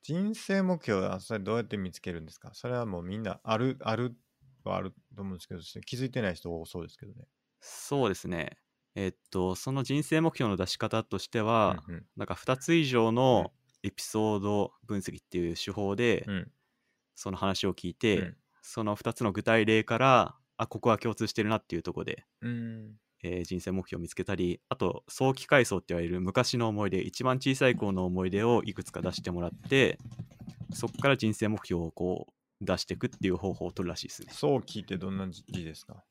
人生目標はそれどうやって見つけるんですかそれはもうみんなあるあるはあると思うんですけど気づいてない人多そうですけどねそうですね。えっと、その人生目標の出し方としては、うんうんなんか2つ以上のエピソード分析っていう手法で、うんその話を聞いて、うんその2つの具体例から、あ、ここは共通してるなっていうところで、うんえー人生目標を見つけたり、あと、早期回想って言われる昔の思い出、一番小さい頃の思い出をいくつか出してもらって、そこから人生目標をこう、出していくっていう方法を取るらしいですね。早期ってどんな字ですか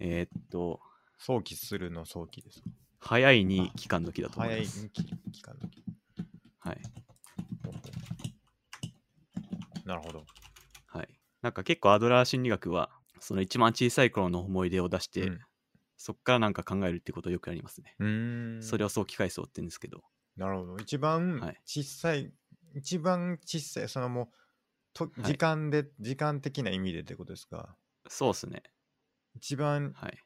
えーっと、早期するの早期ですか早いに期間時だと思早いいま期す。期間の時。はい。ほうほうなるほど。はい。なんか結構アドラー心理学は、その一番小さい頃の思い出を出して、うんそこからなんか考えるってことよくありますね。うーん。それを早期回想って言うんですけど、なるほど。一番はい小さい、一番小さい、そのもう、とい時間で、時間的な意味でってことですか。そうですね。一番はい。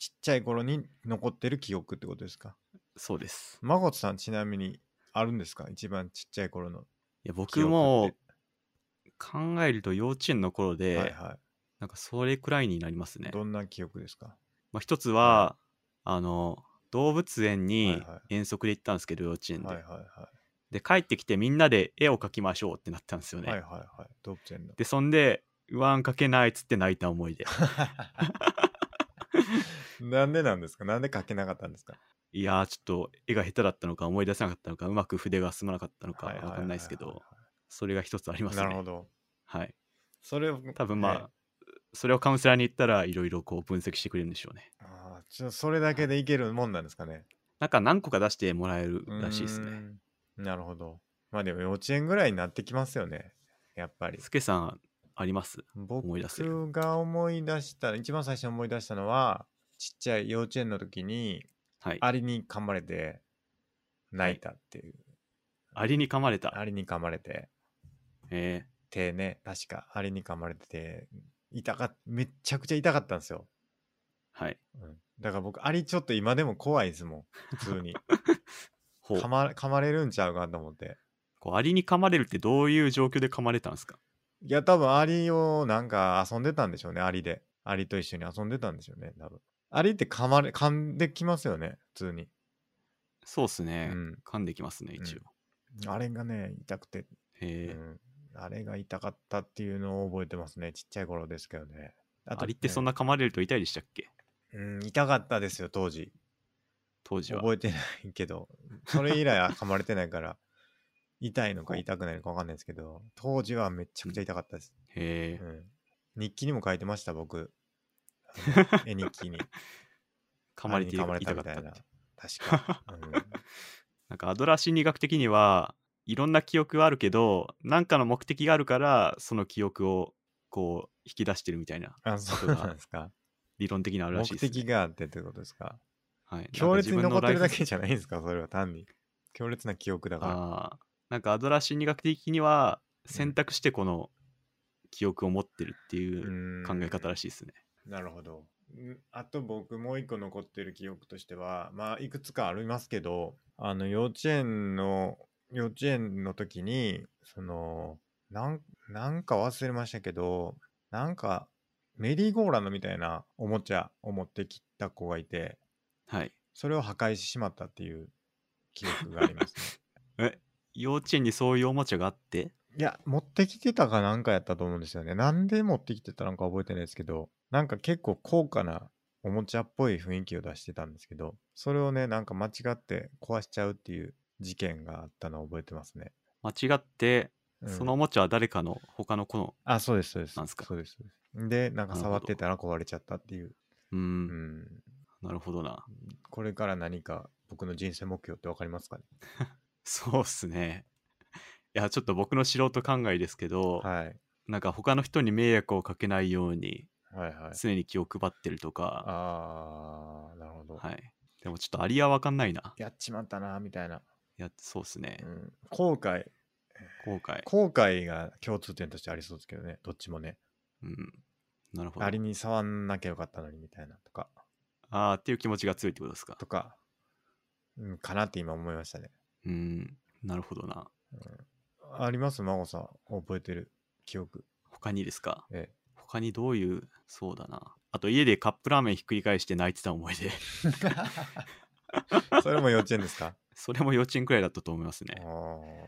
ちっちゃい頃に残ってる記憶ってことですか。そうです。孫さん、ちなみにあるんですか一番ちっちゃい頃の。い記や、僕憶っても考えると幼稚園の頃で、はいはなんかそれくらいになりますねい。。どんな記憶ですかまあ、一つは、あの、動物園にはいはい遠足で行ったんですけど、幼稚園で。はいはいはで、帰ってきてみんなで絵を描きましょうってなったんですよい。ね。はいはいはい。動物園の。で、そんで、うわん描けないっつって泣いた思い出。なんでなんですかなんで書けなかったんですかいやー、ちょっと絵が下手だったのか思い出せなかったのか、うまく筆が進まなかったのかはいはいわかんないですけはいはどい、それが一つありますね。なるほど。はい。それを多分ねまあ、それをカウンセラーに言ったらいろいろこう分析してくれるんでしょうね。ああ、ちょそれだけでいけるもんなんですかね。なんか何個か出してもらえるらしいですうーね。ん。なるほど。まあでも幼稚園ぐらいになってきますよね。やっぱり。スケさん、あります思い出せる僕が思い出した、一番最初に思い出したのは、ちっちゃい幼稚園の時に、はい。アリに噛まれて、泣いたっていう。アリに噛まれアた。リに噛まれて、え手ね、確か、アリに噛まれてて、痛かっめっちゃくちゃ痛かったんですよ。ー、はい。うん、だから僕、アリちょっと今でも怖いですもん。普 (laughs) 通に。ほう噛ま噛まれるんちゃうかと思って。こうアリに噛まれるってどういう状況で噛まれたんですかいや、多分アリをなんか遊んでたんでしょうね、アリで。アリと一緒に遊んでたんでしょうね、多分。アリって噛まれ、噛んできますよね、普通に。そうっすね、うん噛んできますね、一応。あれがね、痛くて、えーうんあれが痛かったっていうのを覚えてますね、ちっちゃい頃ですけどね。あアリってそんな、な噛まれると痛いでしたっけうん、痛かったですよ、当時。当時は。覚えてないけど、それ以来は噛まれてないから、痛いのか痛くないのか分かんないですけど、当時はめちゃくちゃ痛かったです。へえ、うん、日記にも書いてました、僕。あの絵日記に。噛まれて何に噛まれた痛かみったたいって。な。確か。う、なんかアドラー心理学的にはいろんな記憶はあるけど何かの目的があるからその記憶をこう引き出してるみたいなんあ、そうなんですか。理論的なのあるら目しいです、ね。的があってってことですか。はい、強烈に残ってるだけけじゃないんですか、それは単に。強烈な記憶だから。ああなんかアドラー心理学的には選択してこの記憶を持ってるってういーうん考え方らしいですね。なるほど。んあと僕もう一個残ってる記憶としては、まあいくつかありますけど、あの幼稚園の、幼稚園の時に、その、なんなんか忘れましたけど、なんかメリーゴーランドみたいなおもちゃを持ってきた子がいて、はい。それを破壊してしまったっていう記憶がありますね。幼稚園にそういうおもちゃがあって、 (laughs) いや、持ってきてたかなんかやったと思うんですよね。なんで持ってきてたのか覚えてないですけど、なんか結構高価なおもちゃっぽい雰囲気を出してたんですけど、それをね、なんか間違って壊しちゃうっていう事件があったのを覚えてますね。間違って、うんそのおもちゃは誰かの他の子の、あ、そうです、そうです。なんすかそうです。そうですで、なんかなるほど触ってたら壊れちゃったっていう。うー、うんん。なるほどな。これから何か僕の人生目標ってわかりますかねそうっすね。いや、ちょっと僕の素人考えですけど、はい。なんか他の人に迷惑をかけないように、はいはい。常に気を配ってるとか、あー、なるほど。はい。でもちょっとありはわかんないな。やっちまったな、みたいな。いや、そうっすねう。ん、後悔後悔。後悔が共通点としてありそうですけどねどっちもねうん。なるほど。ありに触んなきゃよかったのにみたいなとかあーっていう気持ちが強いってことですか。とか、うん、かなって今思いましたね、うん。なるほどな。うん、あります孫さん覚えてる記憶他にですかえ他にどういう、そうだな。あと家でカップラーメンひっくり返して泣いてた思い出。 (laughs) えそれも幼稚園です (laughs) かそれも幼稚園くらいだったと思いますあね。ー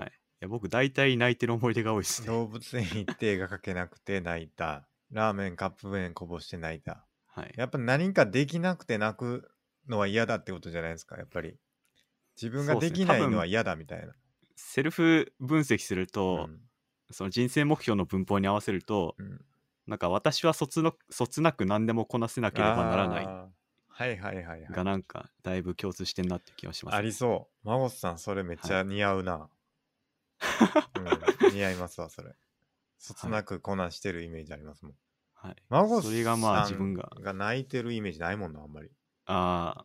はい。いや、僕大体泣いてる思い出が多いですね。動物園行って絵が描けなくて泣いたラーメンカップ麺こぼして泣いたはい。やっぱ何かできなくて泣くのは嫌だってことじゃないですかやっぱり自分がそうっですねきない多のは分嫌だみたいなセルフ分析すると、うんその人生目標の文法に合わせると、うんなんか私はそつのそつなく何でもこなせなければならないあーはいはいはいはい。がなんかだいぶ共通してんなって気がします。ありそう。マゴスさん、それめっちゃ似合う (laughs) な。うん、似合いますわ、それ。そつなくこなしてるイメージありますもん。はい、マゴスさんそれがまあ自分がが泣いてるイメージないもんな、あんまり。あー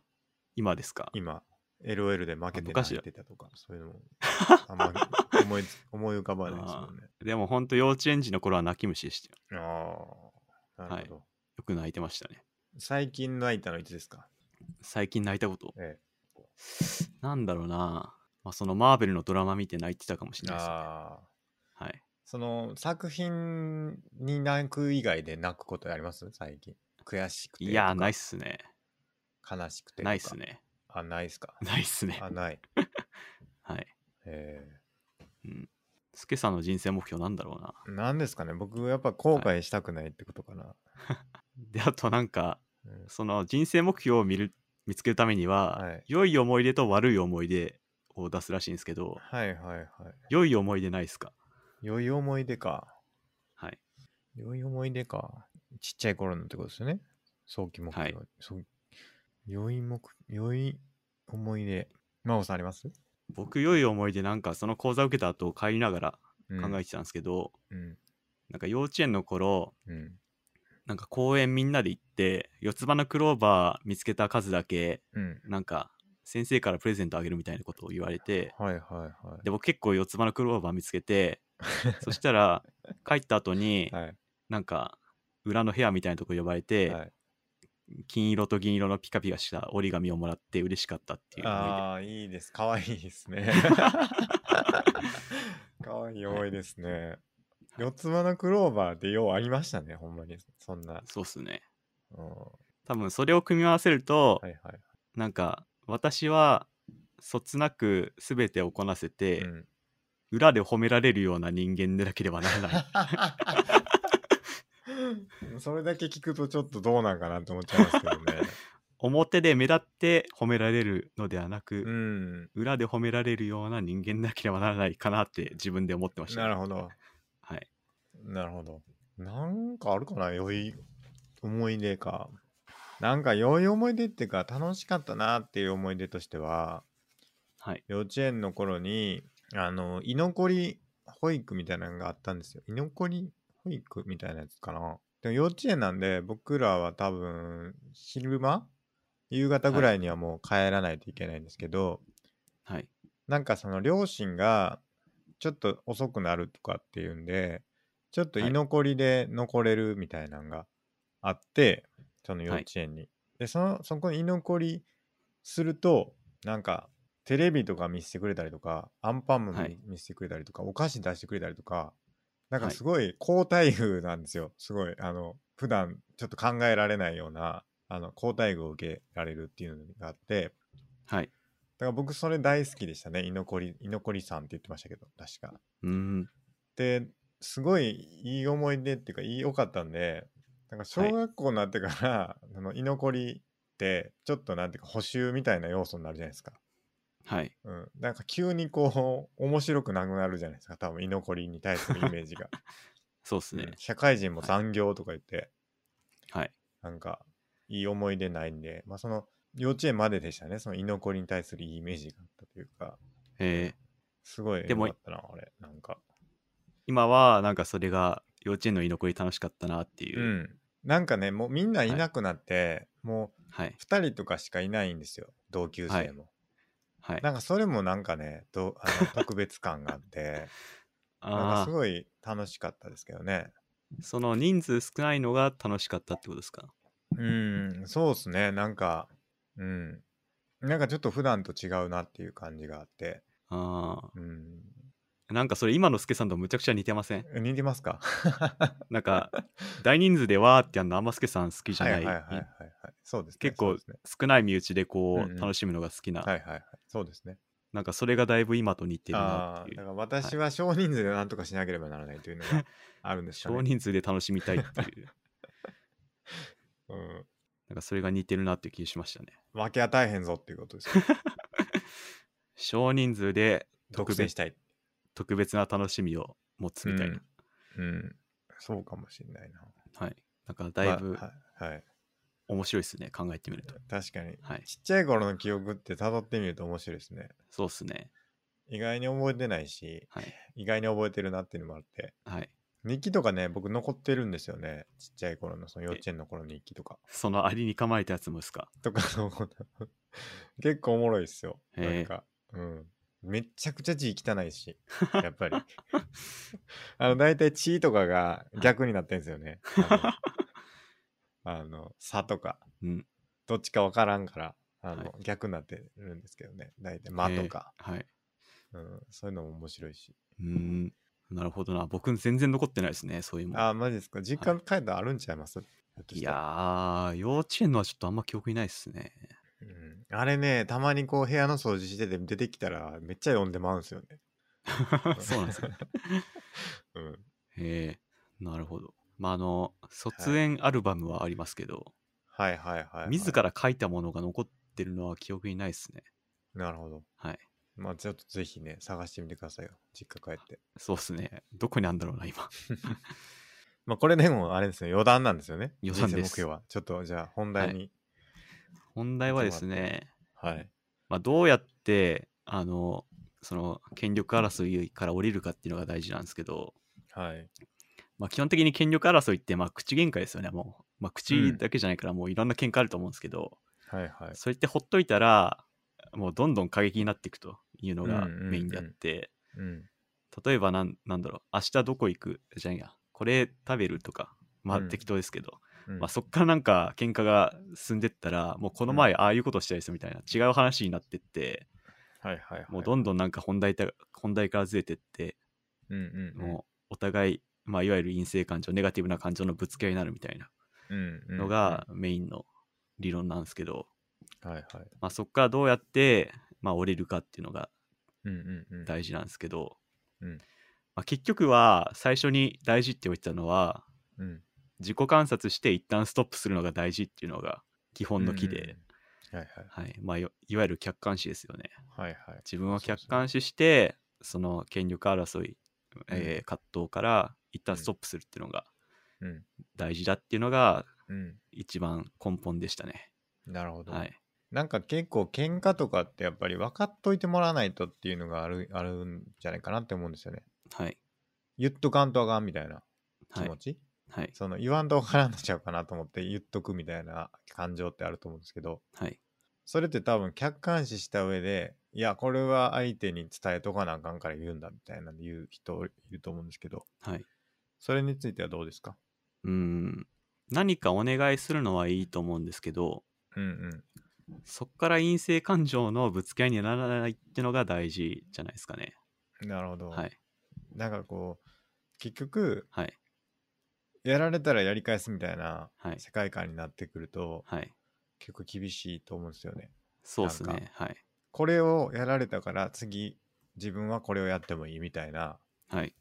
今ですか今、LOL で負けてあ泣昔いはてたとか、そういうの (laughs) も、あんまり思いつ思い浮かばないですもんね。でも本当幼稚園児の頃は泣き虫でしたよ。ああ、なるほど。よく泣いてましたね。最近泣いたのいつですか最近泣いたこと。えなんだろうな。まあ、そのマーベルのドラマ見て泣いてたかもしえ。れないです、ね。ああ。はい。その作品に泣く以外で泣くことあります最近。悔しくてとか。いやー、ないっすね。悲しくてとか。ないっすね。あ、ないっすか。 (laughs) ないっすね。あ、ない。はい。えうん。スケさんの人生目標なんだろうな。ー、なんですかね。僕、やっぱ後悔したくないってことかな。で、あとなんか、うんその人生目標を見る見つけるためには、はい良い思い出と悪い思い出を出すらしいんですけど、はいはいはい。良い思い出ないっすか良い思い出か。はい。良い思い出か。ちっちゃい頃のってことですよね。早期目標。はいそう良い目、良い思い出。真央さんあります、僕、良い思い出なんか、その講座受けた後帰りながらうん、考えてたんですけど、うん。なんか幼稚園の頃、うん。なんか公園みんなで行って、四つ葉のクローバー見つけた数だけ、うん。なんか先生からプレゼントあげるみたいなことを言われて、はいはいはい。で、僕結構四つ葉のクローバー見つけ (laughs) て、そしたら帰った後に、はい。なんか裏の部屋みたいなとこ呼ばれて、はい金色と銀色のピカピカした折り紙をもらって嬉しかったっていう思ああ、いいです。かわいいです (laughs) ね。かわいい思いですね。四つ葉のクローバーでようありましたね、ほんまに。そんな。い出そうっすねうん、は多分それを組み合わせると、いはい。なんか私はそつなく全てをこなせて、うん、裏で褒められるような人間でなければなら (laughs) ないそれだけ聞くとちょっとどうなんかなと思っちゃいますけどね。 (laughs) 表で目立って褒められるのではなく、うん。裏で褒められるような人間でなければならないかなって自分で思ってました、なるほど。はいなるほど。なんかあるかな良い思い出か。なんか良い思い出っていうか楽しかったなっていう思い出としては、はい幼稚園の頃にあの居残り保育みたいなのがあったんですよ居残り保育みたいなやつかなでも幼稚園なんで僕らは多分昼間夕方ぐらいにはもう帰らないといけないんですけど、はいなんかその両親がちょっと遅くなるとかっていうんでちょっと居残りで残れるみたいなのがあって、その幼稚園に、でそのそこに居残りするとなんかテレビとか見せてくれたりとかアンパンマンはい見せてくれたりとか、お菓子出してくれたりとかなんかはいすごい好待遇なんですよすごいあの普段ちょっと考えられないようなあの好待遇を受けられるっていうのがあって、はいだから僕それ大好きでしたね。居残り、居残りさんって言ってましたけど、確か。うーんで、すごいいい思い出っていうか、いい良かったんで、なんか小学校になってから、 (laughs) あの居残りって、ちょっとなんていうか補習みたいな要素になるじゃないですか。はいうん。なんか急にこう、面白くなくなるじゃないですか。多分居残りに対 (laughs) するイメージが。そうっすね、うん社会人も残業とか言って、はいなんか、いい思い出ないんで、まあその、幼稚園まででしたね。その居残りに対するいいイメージがあったというか。えーすごいで良もかったな、あれ。なんか。今はなんかそれが幼稚園の居残り楽しかったなっていう、うん。なんかね、もうみんないなくなって、もうはい2人とかしかいないんですよ、同級生も。はいなんかそれもなんかね、どあ (laughs) の特別感があって、なんあかあすごい楽しかったですけどね。その人数少ないのが楽しかったってことですかうん、そうっすね、なんか、うん。なんかちょっと普段と違うなっていう感じがあって、あうん。あなんかそれ今のスケさんとむちゃくちゃ似てませ (laughs) ん似てますかなんか大人数でわーってやんのあんまスケさん好きじゃはいなはいい,、はいはいはい。そうですね。結そう構ですね。少ない身内でこうんううん楽しむのが好きな、はいはいはい。そうですね。なんかそれがだいぶ今と似てるなあっあていーだうから私は少人数でなんとかしなければならないというのがあるんですかね。 (laughs) 少人数で楽しみたいって (laughs) いううん、なんかそれが似てるなっていう気がしましたね負けは大変ぞっていうことです (laughs) よ。少人数で独占したい。特別な楽しみを持つみたいな。うん、うんそうかもしれないな。はい。だからだいぶまあはいはい面白いですね、考えてみると。確かに。はい。ちっちゃい頃の記憶って辿ってみると面白いですね。そうですね。意外に覚えてないし、はい。意外に覚えてるなっていうのもあって。はい。日記とかね、僕残ってるんですよね。ちっちゃい頃の、その幼稚園の頃の日記とか。そのアリに構えたやつもですか。とかの結構おもろいっすよ。なへえんか、うん。めっちゃくちゃ字汚い (laughs) し、やっぱり。あの、大体地とかが逆になってんですよね。 (laughs) あの、あの差とか、うんどっちかわからんから、あの、は逆になってるんですけどね。大体、間とか、はい。うん。そういうのも面白いし。うーん。なるほどな。僕全然残ってないですね、そういうもん。あー、マジですか。実家に帰ったらあるんちゃいます、ひょっといしたらやー、幼稚園のはちょっとあんま記憶にないです (laughs) ね。うんあれね、たまにこう部屋の掃除してて出てきたらめっちゃ読んでまうんすよね。そうなんですか。うん。へえ、なるほど。まあ、あの、卒園アルバムはありますけど、はいはいはい、はい。自。ら書いたものが残ってるのは記憶にないですね。なるほど。はい。まあちょっとぜひね、探してみてくださいよ。実家帰って。そうですね。どこにあんだろう (laughs) な、今。まあこれでもあれですね、余談なんですよね。余談人です生目標は。ちょっとじゃあ本題に。本題はですね、はい。まあ、どうやって、あの、その権力争いから降りるかっていうのが大事なんですけど、はい。まあ、基本的に権力争いってまあ口喧嘩ですよねもう、まあ、う口んだけじゃないからもういろんな喧嘩あると思うんですけど、はいはい。それってほっといたらもうどんどん過激になっていくというのがうんうんうんメインであって、うん。例えばなんなんだろう明日どこ行くじゃんやこれ食べるとかまあうん適当ですけど、うんまあ、そっからなんか喧嘩が進んでったらもうこの前ああいうことしたりするみたいな違う話になってってはいはいはい。もうどんどんなんか本題た本題からずれてってうんうんうん。もうお互い、まあ、いわゆる陰性感情ネガティブな感情のぶつけ合いになるみたいなうんうんのが、メインの理論なんですけど、はいはい。まあ、そこからどうやって、まあ、降りるかっていうのがうんうんうん。大事なんですけど、うんまあ、結局は最初に大事って言ってたのはうん。自己観察して一旦ストップするのが大事っていうのが基本の木で、うんうん。はいはい。はいまあ、よいわゆる客観視ですよねはいはい。自分を客観視してその権力争い、えー葛藤から一旦ストップするっていうのがうん。大事だっていうのがうん。一番根本でしたね、なるほど。はい、なんか結構喧嘩とかってやっぱり分かっといてもらわないとっていうのがあるあるんじゃないかなって思うんですよね。はい言っとかんとあかんみたいな気はい持ち、はいその言わんとわからんなっちゃうかなと思って言っとくみたいな感情ってあると思うんですけどはいそれって多分客観視した上でいやこれは相手に伝えとかなあかんから言うんだみたいなんで言う人いると思うんですけどはい。それについてはどうですかうーん。何かお願いするのはいいと思うんですけど、うんうんそこから陰性感情のぶつけ合いにならないってのが大事じゃないですかね。なるほど、はい。なんかこう結局はい。やられたらやり返すみたいなはい。世界観になってくるとはい。結構厳しいと思うんですよね。そうですなんね。はい。これをやられたから次自分はこれをやってもいいみたいなはい。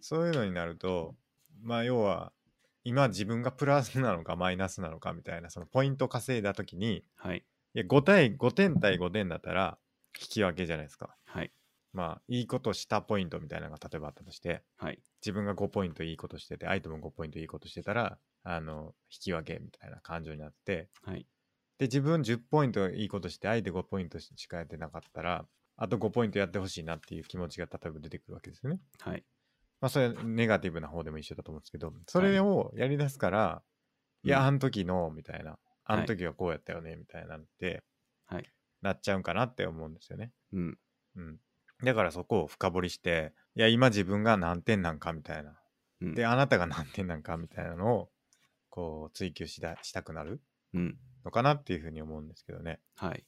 そういうのになるとまあ要は今自分がプラスなのかマイナスなのかみたいなそのポイント稼いだ時にはい。いや 5, 対5点対5点だったら引き分けじゃないですか。はい。まあいいことしたポイントみたいなのが例えばあったとしてはい。自分が5ポイントいいことしてて相手も5ポイントいいことしてたらあの引き分けみたいな感情になってはい。で自分10ポイントいいことして相手5ポイントしかやってなかったらあと5ポイントやってほしいなっていう気持ちが例えば出てくるわけですよね。はい。まあそれネガティブな方でも一緒だと思うんですけどそれをやりだすから、い、やうんあの時のみたいなあはのい時はこうやったよねみたいなのって、はいなっちゃうんかなって思うんですよね。うん。うん、だからそこを深掘りしていや今自分が何点なんかみたいなうん。であなたが何点なんかみたいなのをこう追求しだしたくなるうん。のかなっていうふうに思うんですけどね。はい。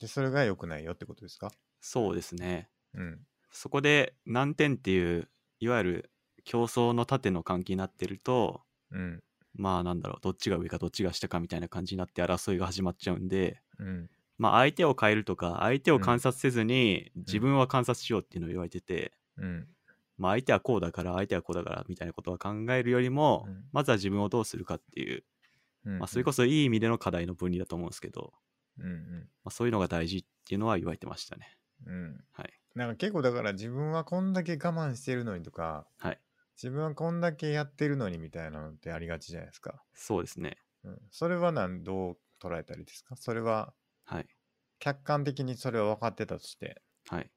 でそれが良くないよってことですかそうですね。うんそこで難点っていう、いわゆる競争の盾の関係になってると、うんまあなんだろう、どっちが上かどっちが下かみたいな感じになって争いが始まっちゃうんで、うんまあ、相手を変えるとか相手を観察せずに自分は観察しようっていうのを言われてて、うんまあ、相手はこうだから相手はこうだからみたいなことは考えるよりも、うんまずは自分をどうするかっていう、うんまあ、それこそいい意味での課題の分離だと思うんですけど、うんうんまあ、そういうのが大事っていうのは言われてましたね。うんはい、なんか結構だから自分はこんだけ我慢してるのにとか、はい自分はこんだけやってるのにみたいなのってありがちじゃないですか。そうですね。うん、それはなんどう捉えたりですかそれははい。客観的にそれを分かってたとしてはい。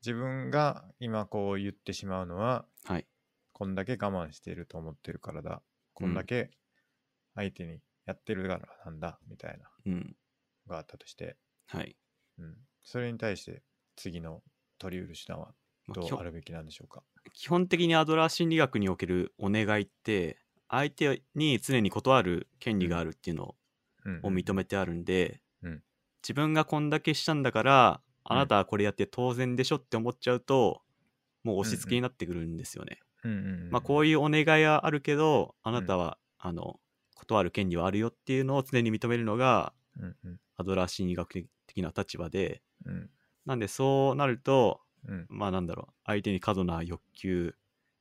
自分が今こう言ってしまうのははい。こんだけ我慢してると思ってるからだこんだけ相手にやってるからなんだみたいなのうん。があったとして、はい。うん、それに対して次の取り得る手段はまあど基うあ本るべきなんでしょうか、基本的にアドラー心理学におけるお願いって、相手に常に断る権利があるっていうのうんを認めてあるんで、うん自分がこんだけしたんだから、あなたはこれやって当然でしょって思っちゃうと、もう押し付けになってくるんですよね。うんうんうんまあ、こういういうお願いはあるけどあなたは、あの断る権利はあるよっていうのを常に認めるのがうんうんアドラー心理学的な立場でうんなんでそうなるとうんまあなんだろう相手に過度な欲求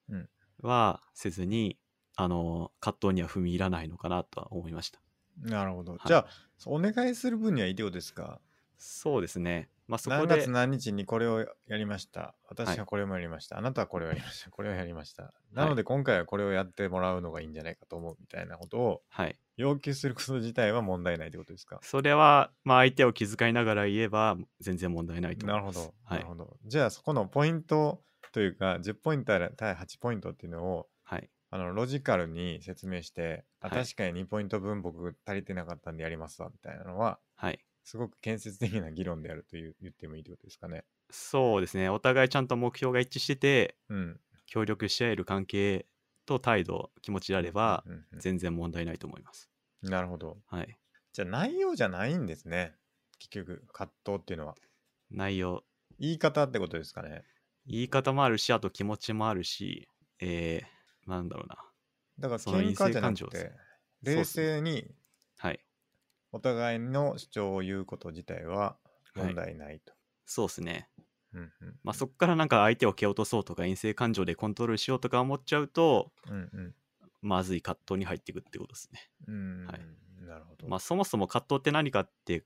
うんはせずに、あの葛藤には踏み入らないのかなとは思いましたなるほど、いじゃあお願いする分にはいいってことですかそうですねまあそこ何で月何日にこれをやりました。私はこれもやりました。あなたはこれをやりました。これをやりました。なので今回はこれをやってもらうのがいいんじゃないかと思うみたいなことをはい要求すること自体は問題ないってことですか。それは、まあ、相手を気遣いながら言えば全然問題ないと思ないるほますど。はないるほど。じゃあそこのポイントというか10ポイント対8ポイントっていうのをはいあのロジカルに説明して、あはい確かに2ポイント分僕足りてなかったんでやりますわみたいなのははいすごく建設的な議論であるという言ってもいいってことですかね。そうですねお互いちゃんと目標が一致しててうん。協力し合える関係と態度気持ちであればうんうんうん全然問題ないと思いますなるほど。はいじゃあ内容じゃないんですね。結局、葛藤っていうのは。内容言い方ってことですかね。言い方もあるしあと気持ちもあるしえー、なんだろうなだからその喧嘩じゃな陰性感情くですて、冷静にはいお互いの主張を言うこと自体ははい問題ないと。そうですねうんうんまあそこからなんか相手を蹴落とそうとか陰性感情でコントロールしようとか思っちゃうとうんうんまずい葛藤に入っていくってことですねうんはいなるほど。まあそもそも葛藤って何かって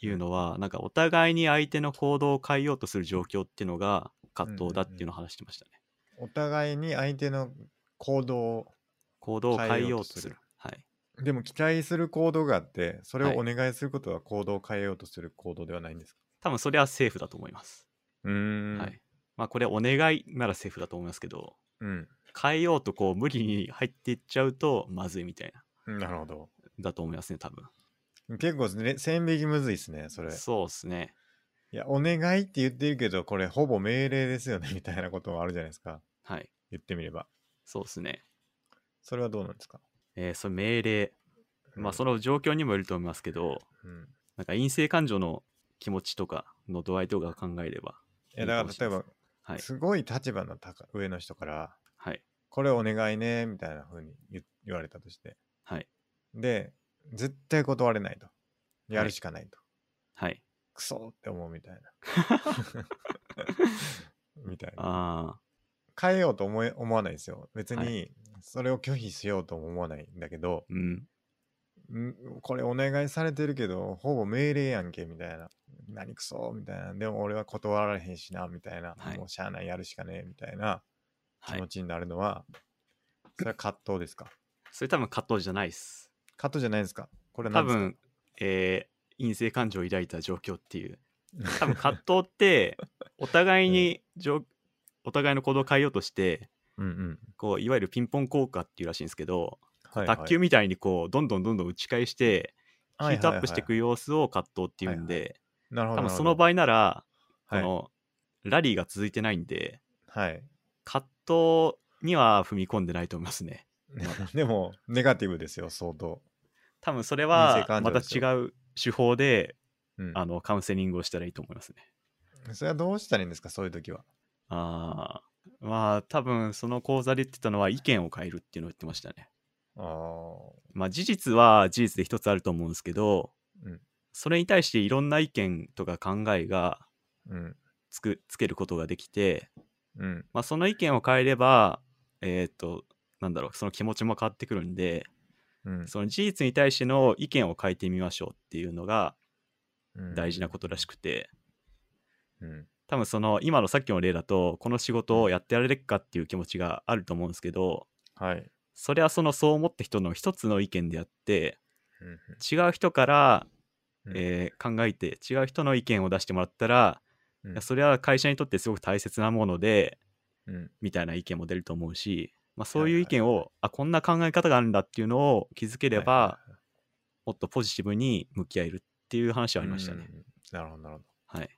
いうのはなんかお互いに相手の行動を変えようとする状況っていうのが葛藤だっていうのを話してましたねお互いに相手の行動を、行動を変えようと変するえようとするはいでも期待する行動があって、それはいをお願いすることは行動を変えようとする行動ではないんですか、多分それはセーフだと思いますうーん、はい。まあこれお願いならセーフだと思いますけど、うん。変えようとこう無理に入っていっちゃうとまずいみたいな、なるほど。だと思いますね、多分。結構、ね、線引きむずいですね、それ。そうですね。いや、お願いって言ってるけど、これほぼ命令ですよね、 (laughs) みたいなこともあるじゃないですか。はい。言ってみれば。そうですね。それはどうなんですかえーそれ命令。まあその、の状況にもよると思いますけど、うん。なんか陰性感情の気持ちとかの度合いとか考えれば。いや、だから例えば、はい。すごい立場の高上の人から、はい。これお願いね、みたいな風に言言われたとして。はい。で、絶対断れないと。やるしかないと。はい。クソって思うみたい (laughs) な。みたいな。あ変えようと思え思わないですよ。別はに、それを拒否しようとも思わないんだけど、ーうん。んこれお願いされてるけどほぼ命令やんけみたいな何くそみたいなでも俺は断られへんしなみたいな、はいもうしゃあないやるしかねえみたいなは気い持。ちになるのは、それは葛藤ですかそれ多分葛藤じゃないです。葛藤じゃないですかこれは多何ですか分、えー陰性感情を抱いた状況っていう多分葛藤 (laughs) ってお互いにじょ、お互いの行動を変えようとしてうんうんこういわゆるピンポン効果っていうらしいんですけど、はい卓球みたいにこうどんどんどんどん打ち返してヒートアップしていくよ様子を葛藤っていうんで、なるほど多分その場合なら、合はいこのラリーが続いてないんではい、 (laughs) 葛藤には踏み込んでないと思いますねでもネガティブですよ相当、多分それ陰性は感ま情たです違よう手法でうん、あのカウンセリングをしたらいいと思いますねそれはどうしたらいいんですかそういう時はああまあ多分その講座で言ってたのは意見を変えるっていうのを言ってましたねあーまあ、事実は事実で一つあると思うんですけど、うんそれに対していろんな意見とか考えがうんつくつけることができて、うんまあ、その意見を変えればえーっとなんだろうその気持ちも変わってくるんでうんその事実に対しての意見を変えてみましょうっていうのがうん大事なことらしくて、うん多分その今のさっきの例だとこの仕事をやってられるかっていう気持ちがあると思うんですけどはい。それはそのそう思った人の一つの意見であってうんうん違う人から、うんえー考えて違う人の意見を出してもらったら、うんいやそれは会社にとってすごく大切なものでうんみたいな意見も出ると思うし、まあ、そうはいいはうい意見を、あこんな考え方があるんだっていうのを気づければ、はいはいはいもっとポジティブに向き合えるっていう話はありましたね。うん。なるほど、なるほはい、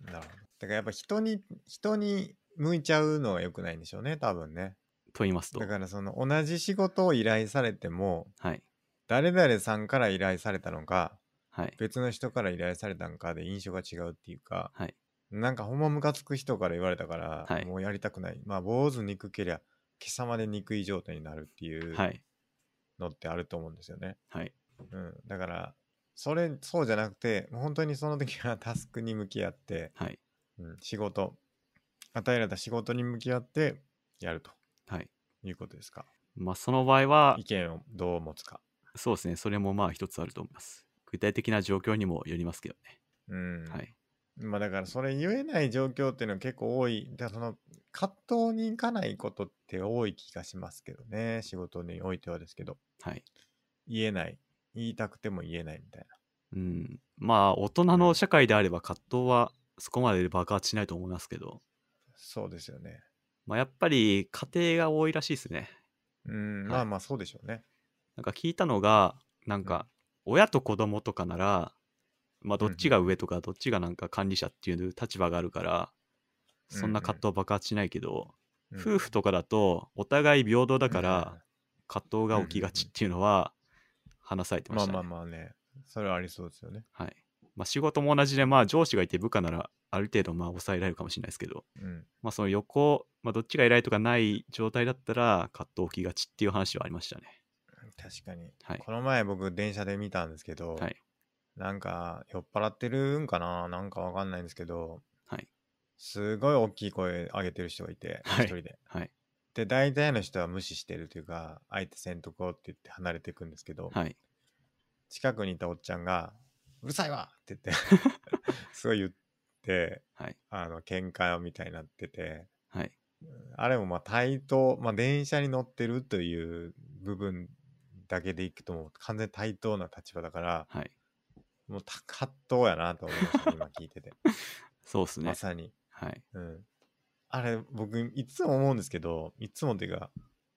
ど。なるほど。だからやっぱ人に、人に向いちゃうのは良くないんでしょうね、多分ね。と言いますとだ、からその同じ仕事を依頼されても、はい誰々さんから依頼されたのか、はい、別の人から依頼されたのかで印象が違うっていうか、はいなんかほんまムカつく人から言われたから、はいもうやりたくない。まあ、坊主憎けりゃ、貴様で憎い状態になるっていうはい、のってあると思うんですよね。はい、うん、だからそれそうじゃなくてもう本当にその時はタスクに向き合って、はい、うん、仕事与えられた仕事に向き合ってやるとはい。いうことですかまあ、その場合は意、見をどう持つかそうですね、それもまあ一つあると思います。具体的な状況にもよりますけどうん、ね。はい、まあだからそれ言えない状況っていうのは結構多いだからその葛藤に行かないことって多い気がしますけどね仕事においてはですけどはい。言えない言いたくても言えないみたいうん、まあ、大人の社会であれば葛藤はそこまで爆発しないと思いますけど、なそうですよねまあ、やっぱり家庭が多いらしいですね。うん、はいまあまあそうでしょうねなんか聞いたのが、なんか、親と子供とかなら、まあ、どっちが上とか、どっちがなんか管理者っていう立場があるから、そんな葛藤爆発しないけど、夫婦ととかだと、お互い平等だから、葛藤が起きがちっていうのは、話されてまましあたね。まあまあね、それはありそうですよね。はい。まあ、仕事も同じで、まあ、上司がいて部下なら、ある程度、まあ、抑えられるかもしれないですけど、うん。まあ、その横、まあ、どっちが偉いとかない状態だったら、葛藤起きがちっていう話はありましたね。確かに。はい。この前僕電車で見たんですけど、はい。なんか酔っ払ってるんかななんかわかんないんですけど、はい。すごい大きい声上げてる人がいて、一、はい人で。はい。で、大体の人は無視してるというか、相手せんとこうって言って離れていくんですけど、はい。近くにいたおっちゃんが、うるさいわって (laughs) 言って、すごい言って、はい。あの、喧嘩みたいになってて、はい。あれもまあ対等、まあ、電車に乗ってるという部分だけでいくともう完全に対等な立場だから、はい。もうた葛藤やなと思いました、今聞いてて。そうですねま。さに。はい。うん。あれ、僕、いつも思うんですけど、いつもっていうか、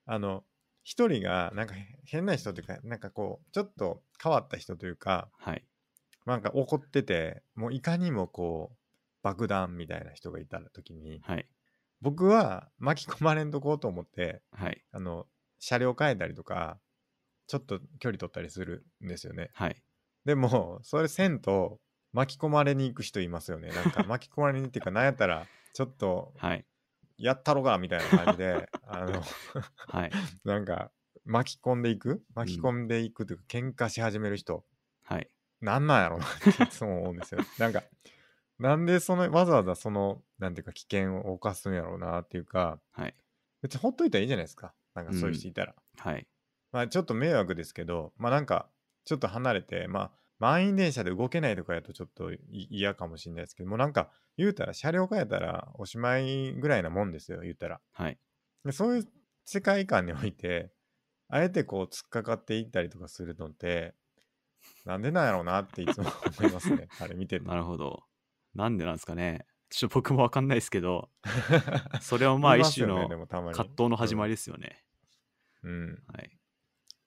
あの、一人が、なんかへ変な人というか、なんかこう、ちょっと変わった人というか、はい。なんか怒ってて、もういかにもこう、爆弾みたいな人がいた時に、はい。僕は巻き込まれんとこうと思って、はい。あの、車両変えたりとか、ちょっと距離取ったりするんですよね。はい。でも、それせんと巻き込まれに行く人いますよね。なん (laughs) か巻き込まれにっていうか、なんやったら、ちょっとはい。やったろかみたいな感じ (laughs) で、あの、はい。なんか巻き込んでいく巻き込んでいくというか、喧嘩し始める人、はい。なんなんやろなっていつも思うんですよ。なんか、なんでその、わざわざその、なんていうか危険を犯すんやろうなっていうか、はい。別にほっといたらいいじゃないですか。なんかそういう人いたら。はい。まあちょっと迷惑ですけど、まあなんかちょっと離れて、まあ満員電車で動けないとかやとちょっとい嫌かもしれないですけど、もうなんか言うたら車両変えたらおしまいぐらいなもんですよ、言うたら。はい。でそういう世界観において、あえてこう突っかかっていったりとかするのって、なんでなんやろうなっていつも (laughs) 思いますね、あれ見てて。なるほど。なんでなんですかね。ちょっと僕もわかんないですけど、 (laughs) それはまあ言い一す種よねのでもたまに葛藤の始まりですよね。うん。はい。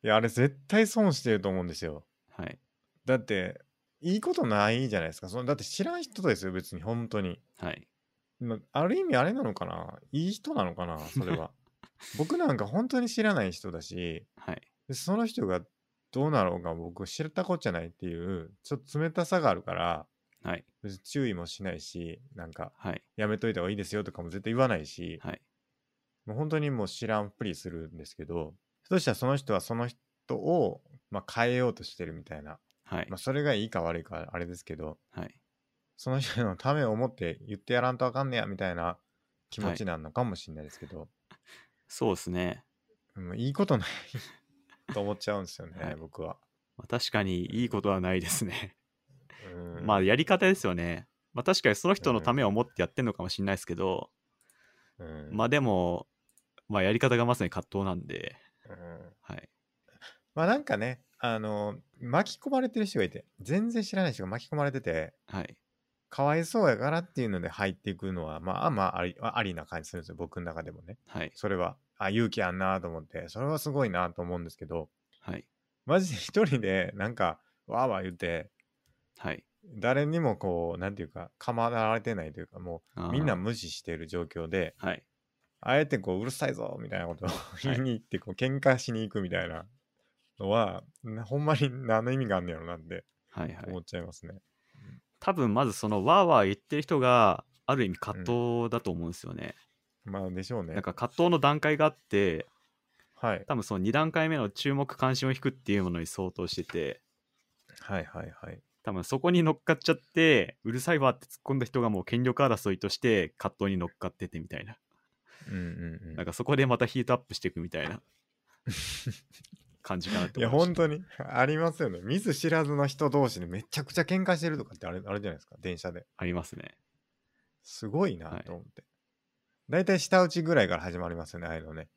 いや、あれ絶対損してると思うんですよ。はい。だって、いいことないじゃないですか。そのだって知らん人ですよ、別に、本当に。はい。まあある意味あれなのかないい人なのかなそれ (laughs) は。僕なんか本当に知らない人だし、はい。でその人がどうなろうが僕知ったこっちゃないっていう、ちょっと冷たさがあるから、はい。別に注意もしないし、なんかはい。やめといた方がいいですよとかも絶対言わないし、はい。もう本当にもう知らんぷりするんですけど、そしたらその人はその人を、まあ、変えようとしてるみたいな、はいまあ、。それがいいか悪いかあれですけど、はい。その人のためを思って言ってやらんとあかんねやみたいな気持はいちなのかもしれないですけど、そうですね。うんいいことない (laughs) と思っちゃうんですよね、はい僕は。 (laughs) まあ確かにいいことはないですね。うんまあやり方ですよね。まあ確かにその人のためを思ってやってんのかもしれないですけど、うんまあでも、まあやり方がまさに葛藤なんで、うんはい。まあなんかねあの巻き込まれてる人がいて全然知らない人が巻き込まれててはい。かわいそうやからっていうので入っていくのはまあまあありありな感じするんですよ僕の中でもねはい。それはあ勇気あんなと思ってそれはすごいなと思うんですけどはい。マジで一人でなんかわーわー言ってはい。誰にもこうなんていうか構われてないというかもあうーみんな無視している状況ではい。あえてこううるさいぞみたいなことを (laughs) 言いに行ってこう喧嘩しに行くみたいなのは、なほんまに (laughs) 何の意味があんねやろなんてはいはい。思っちゃいますね。多分まずそのわーわー言ってる人がある意味葛藤だと思うんですよね、まあでしょうね。なんか葛藤の段階があってはい、多分その2段階目の注目関心を引くっていうものに相当しててはいはいはい。多分そこに乗っかっちゃってうるさいわって突っ込んだ人がもう権力争いとして葛藤に乗っかっててみたいなうんうんうん。なんかそこでまたヒートアップしていくみた (laughs) いな感じかなってい思やいました本当にありますよね。見ず知らずの人同士でめちゃくちゃ喧嘩してるとかってあれあれじゃないですか、電車で。ありますねすごいなはいと思って。だいたい下打ちぐらいから始まりますよね、ああいうのね。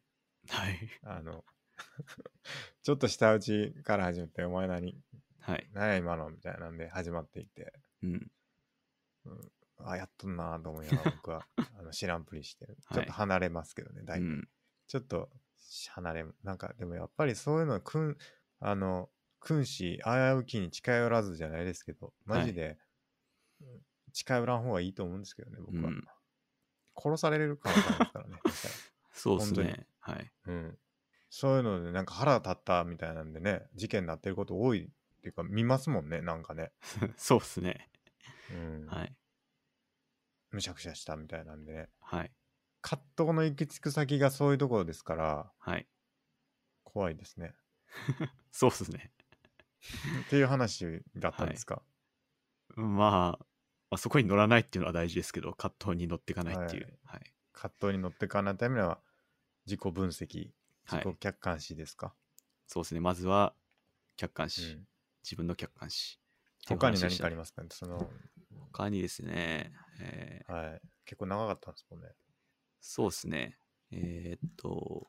はいあの (laughs) ちょっと下打ちから始めて、お前何、はい何や今のみたいなんで始まっていって。うんあ、やっとんなぁと思いな (laughs) がら僕はあの知らんぷりしてる。はいちょっと離れますけどね、うだいぶ。んちょっと離れ、なんかでもやっぱりそういうのは、くん、あの、君子、危うきに近寄らずじゃないですけど、マジで、うん近寄らん方がいいと思うんですけどね、僕は。うん殺されるかもしれないです (laughs) からね。そしたらそうです本当ねはい (laughs) うん。そういうので、なんか腹立ったみたいなんでね、事件になってること多いっていうか、見ますもんね、なんかね。そうですねうん。はいむしゃくしゃしたみたいなんでね。はい葛藤の行き着く先がそういうところですからはい怖いです (laughs) ね。そうですねっていう話だったんですか、まあ、まあ、そこに乗らないっていうのは大事ですけど、葛藤に乗っていかないっていう。はい。葛藤に乗っていかないためには自己分析はい自己客観視ですか、そうですね。まずは、客観視、うん自分の客観視。他に何かありますますかねその、他にですね、えーはい、結構長かったんですもんね。そうですね。えーっと、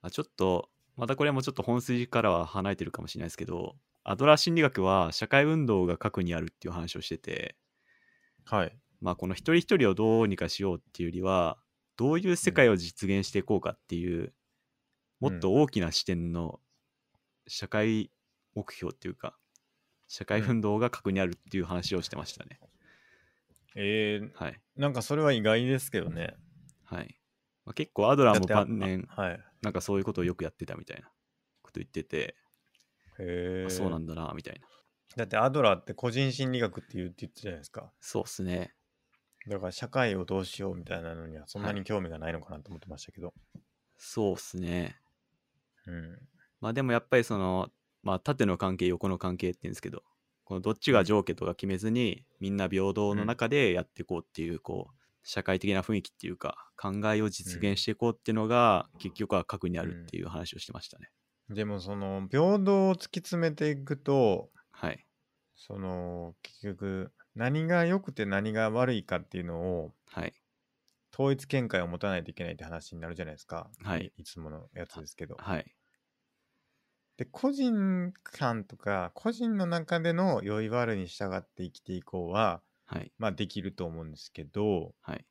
あ、ちょっと、またこれもちょっと本筋からは離れてるかもしれないですけど、アドラー心理学は社会運動が核にあるっていう話をしてて、はい。まあ、この一人一人をどうにかしようっていうよりはどういう世界を実現していこうかっていう、うんもっと大きな視点の社会目標っていうか社会運動が核にあるっていう話をしてましたね、えー、はいなんかそれは意外ですけどね。はい、まあ、結構アドラーもだってあ晩年はい。へなんかそういうことをよくやってたみたいなこと言ってて、えあそうなんだなみたいなだってアドラーって個人心理学って言うって言ってたじゃないですか。そうっすねだから社会をどうしようみたいなのにはそんなに興味がないのかなと思ってましたけど。そうっすねうん。まあでもやっぱりその、まあ、縦の関係横の関係って言うんですけどこのどっちが上下とか決めずにみんな平等の中でやっていこうっていうこう社会的な雰囲気っていうか考えを実現していこうっていうのが結局は核にあるっていう話をしてましたね。でもその平等を突き詰めていくとはいその結局何が良くて何が悪いかっていうのをはい統一見解を持たないといけないって話になるじゃないですか、はいいつものやつですけど。はいで個人間とか個人の中での良い悪いに従って生きていこうは、はいまあ、できると思うんですけどはい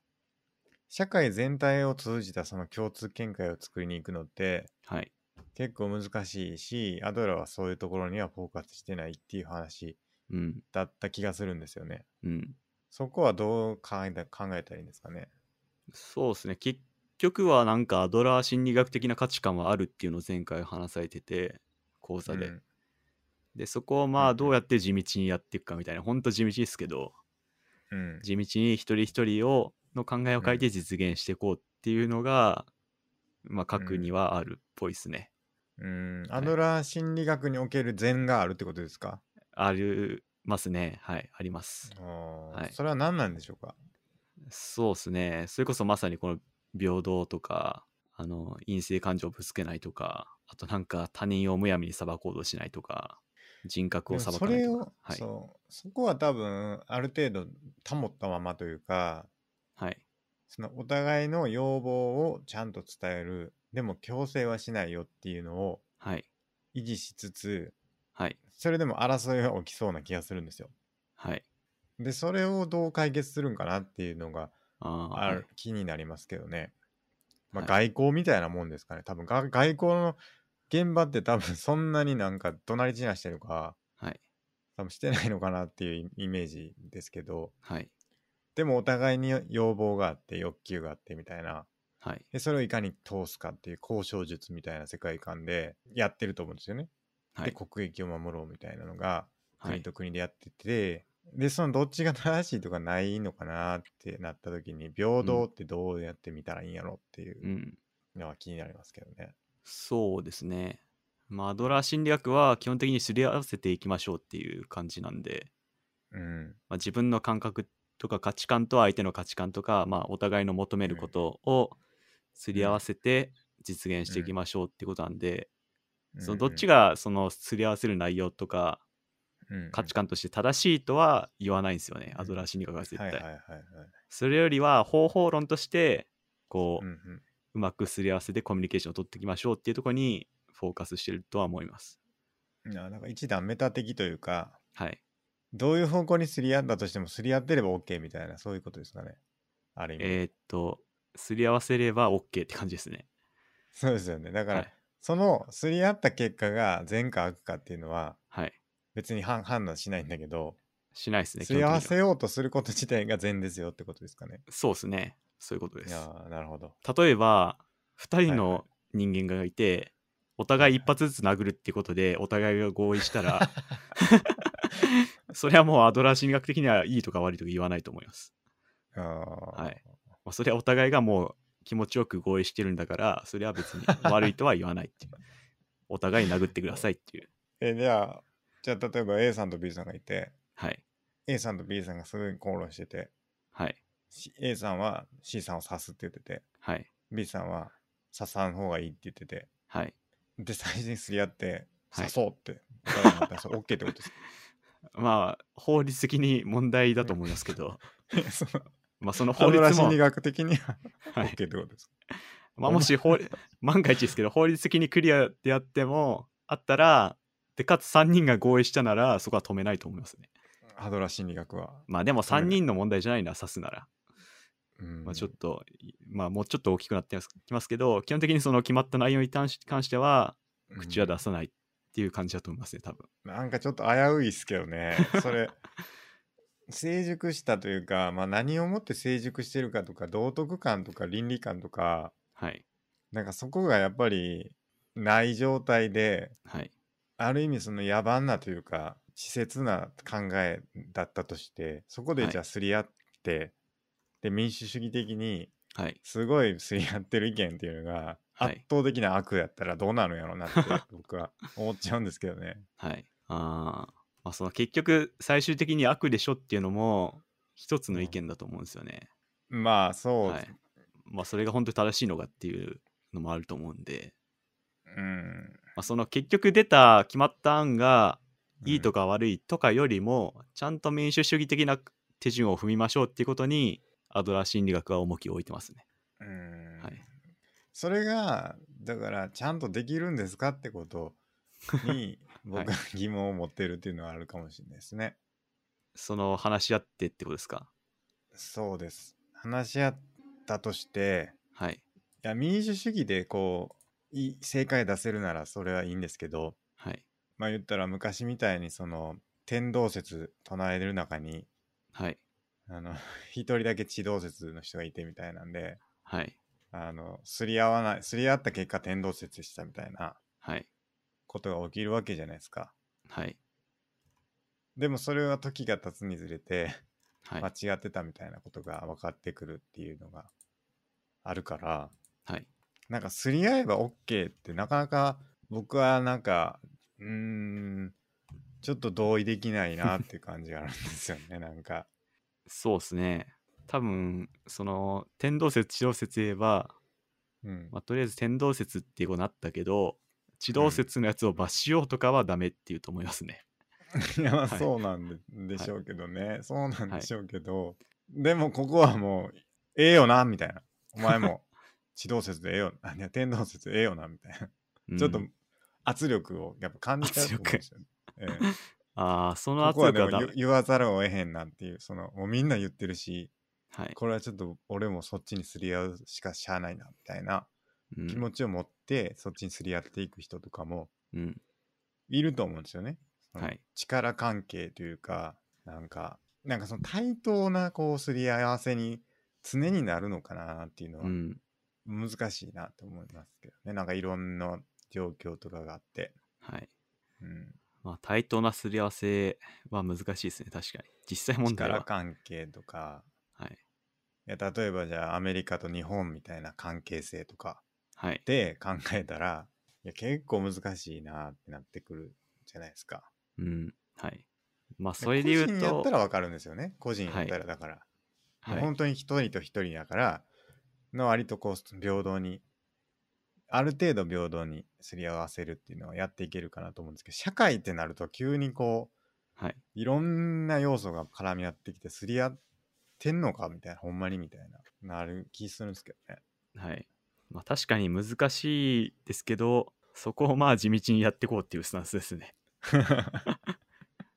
社会全体を通じたその共通見解を作りに行くのってはい結構難しいしアドラーはそういうところにはフォーカスしてないっていう話うんだった気がするんですよね。うんそこはどう考えた考えたらいいんですかね。そうですね結局はなんかアドラー心理学的な価値観はあるっていうのを前回話されてて講座で、うんでそこをうまんうあんどうやって地道にやっていくかみたいなほんと地道ですけどうん地道に一人一人をの考えを変えて実現していこうっていうのが、まあ核にはあるっぽいですね、うんアドラー心理学における善があるってことですか、ありますねはいありますあーはいそれは何なんでしょうかそうですねそれこそまさにこの平等とかあの陰性感情をぶつけないとかあとなんか他人をむやみに裁こうとしないとか人格をで裁もかそないれとをか、はいそうそこは多分ある程度保ったままというかはいそのお互いの要望をちゃんと伝えるでも強制はしないよっていうのをはい維持しつつはいそれでも争いは起きそうな気がするんですよ。はいでそれをどう解決するんかなっていうのがあーあはいる気になりますけどね。まあ、はい外交みたいなもんですかね。多分が外交の現場って多分そんなになんか怒鳴り散らしてるかはい多分してないのかなっていうイイメージですけどはいでもお互いに要望があって欲求があってみたいなはいでそれをいかに通すかっていう交渉術みたいな世界観でやってると思うんですよね。はでい国益を守ろうみたいなのがは国いと国でやってて、でそのどっちが正しいとかないのかなってなった時に平等ってどうやってみたらいいんやろっていううんのは気になりますけどね。そうですね。まあ、アドラー心理学は基本的にすり合わせていきましょうっていう感じなんで、うん、まあ、自分の感覚とか価値観と相手の価値観とか、まあ、お互いの求めることをすり合わせて実現していきましょうってことなんで、そのどっちががそのすり合わせる内容とか価値観観として正しいとは言わないんですよね、うんアドラー心理学は絶は対。いはいはいはい。それよりは方法論としてこう,、ううんうんまくすり合わせてコミュニケーションを取っていきましょうっていうところにフォーカスしてるとは思います。いやなんか一段メタ的というかはいどういう方向にすり合ったとしてもすり合ってれば OK みたいなそういうことですかね。ある意味。えーっと、すり合わせれば OK って感じですね。そうですよね。だから、はいそのすり合った結果が善か悪かっていうのははい。別に判判断しないんだけど、しないですね。すり合わせ基本的にはようとすること自体が善ですよってことですかね。そうですね。そういうことでいす。やーなるほ (laughs) ど。例えば、2人はいはいの人間がいて、お互い一発ずつ殴るってことで、お互いが合意し (laughs) たら、それはもうアドラー心理学的にはいいとか悪いとか言わないと思います。あーはいまあ、それはお互いがもう気持ちよく合意してるんだから、それは別に悪いとは言わないっていう。お互い殴ってくださいっていう。えじゃあじゃあ例えば A さんと B さんがいてはい。 A さんと B さんがすごい口論しててはい。 C- A さんは C さんを刺すって言っててはい。 B さんは刺さん方がいいって言っててはい。で最初にすり合ってはい刺そうって、お互いになったらそれ OK ってことですまあ法律的に問題だと思いますけどか (laughs) そのまあそのア法ド律ラ心も理、学的にはは OK っいてことですか、まあ、もし法万が一ですけど法律的にクリアであってもあったらでかつ3人が合意したならそこは止めないと思いますねアドラ心理学は、まあでも止め3ない人の問題じゃないな指すなら、うんまあ、ちょっとまあもうちょっと大きくなってますきますけど基本的にその決まった内容に関し関しては口は出さないっていう感じだと思いますね多分うんなんかちょっと危ういですけど (laughs) ねそれ成熟したというか、まあ、何をもって成熟してるかとか道徳観とか倫理観とかはいなんかそこがやっぱりない状態ではいある意味その野蛮なというか稚拙な考えだったとしてそこではいじゃあすり合って、で民主主義的にはいすごいすり合ってる意見っていうのがはい圧倒的な悪やったらどうなるんやろうなって僕は思っちゃうんですけどね。はい。あーまあ、その結局、最終的に悪でしょっていうのも、一つの意見だと思うんですよね。まあそう、はい。まあ、それが本当に正しいのかっていうのもあると思うんで、うんまあ、その結局出た決まった案が、いいとか悪いとかよりも、ちゃんと民主主義的な手順を踏みましょうっていうことに、アドラー心理学は重きを置いてますね。うん、はい。それがだからちゃんとできるんですかってこと (laughs) に僕は疑問を持ってるっていうのはあるかもしれないですね。その話し合ってってことですか。そうです話し合ったとしてはい。いや民主主義でこういい正解出せるならそれはいいんですけどはい。まあ言ったら昔みたいにその天動説唱える中にはい。あの (laughs) 一人だけ地動説の人がいてみたいなんではい。あのすり合わないすり合った結果天動説したみたいなはい。ことが起きるわけじゃないですか。はい。でもそれは時が経つにつれてはい。間違ってたみたいなことが分かってくるっていうのがあるから、はい。なんかすり合えば OK ってなかなか僕はなんかうーんちょっと同意できないなっていう感じがあるんですよねなんかそうですね。多分その天動説地動説言えば、うんまあ、とりあえず天動説っていうことになったけど地動説のやつを罰しようとかはダメっていうと思いますね。いやまあはいそうなんで,、しょうけどね、そうなんでしょうけど、でもここはもうええよなみたいなお前 (laughs) も地動説でええよあいや天動説ええよなみたいな、うんちょっと圧力をやっぱ感じちゃうと思うんですよね、ええ (laughs) ああ、そのこ圧こは力でもはだ言言わざるを得へんなっていうそのもうみんな言ってるしはい。これはちょっと俺もそっちにすり合うしかしゃあないなみたいなうん気持ちを持ってそっちにすり合っていく人とかもうん。いると思うんですよね。そのはい。力関係というかなんかなんかその対等なこうすり合わせに常になるのかなっていうのはうん。難しいなと思いますけどね、なんかいろんな状況とかがあって、はい。うん、まあ、対等なすり合わせは難しいですね、確かに。実際問題力は。関係とかはい。いや例えばじゃあアメリカと日本みたいな関係性とかはい。で考えたらいや結構難しいなってなってくるじゃないですか。うん。はい。まあ、でそれで言個人うにやとった、らわかるんですよね個人やったらだから。はい。本当に一人と一人だからの割とこう平等にある程度平等にすり合わせるっていうのはやっていけるかなと思うんですけど社会ってなると急にこうはい。いろんな要素が絡み合ってきてすり合ってんのかみたいなほんまにみたいななる気するんですけどね。はい。まあ、確かに難しいですけど、そこをまあ、地道にやっていこうっていうスタンスですね。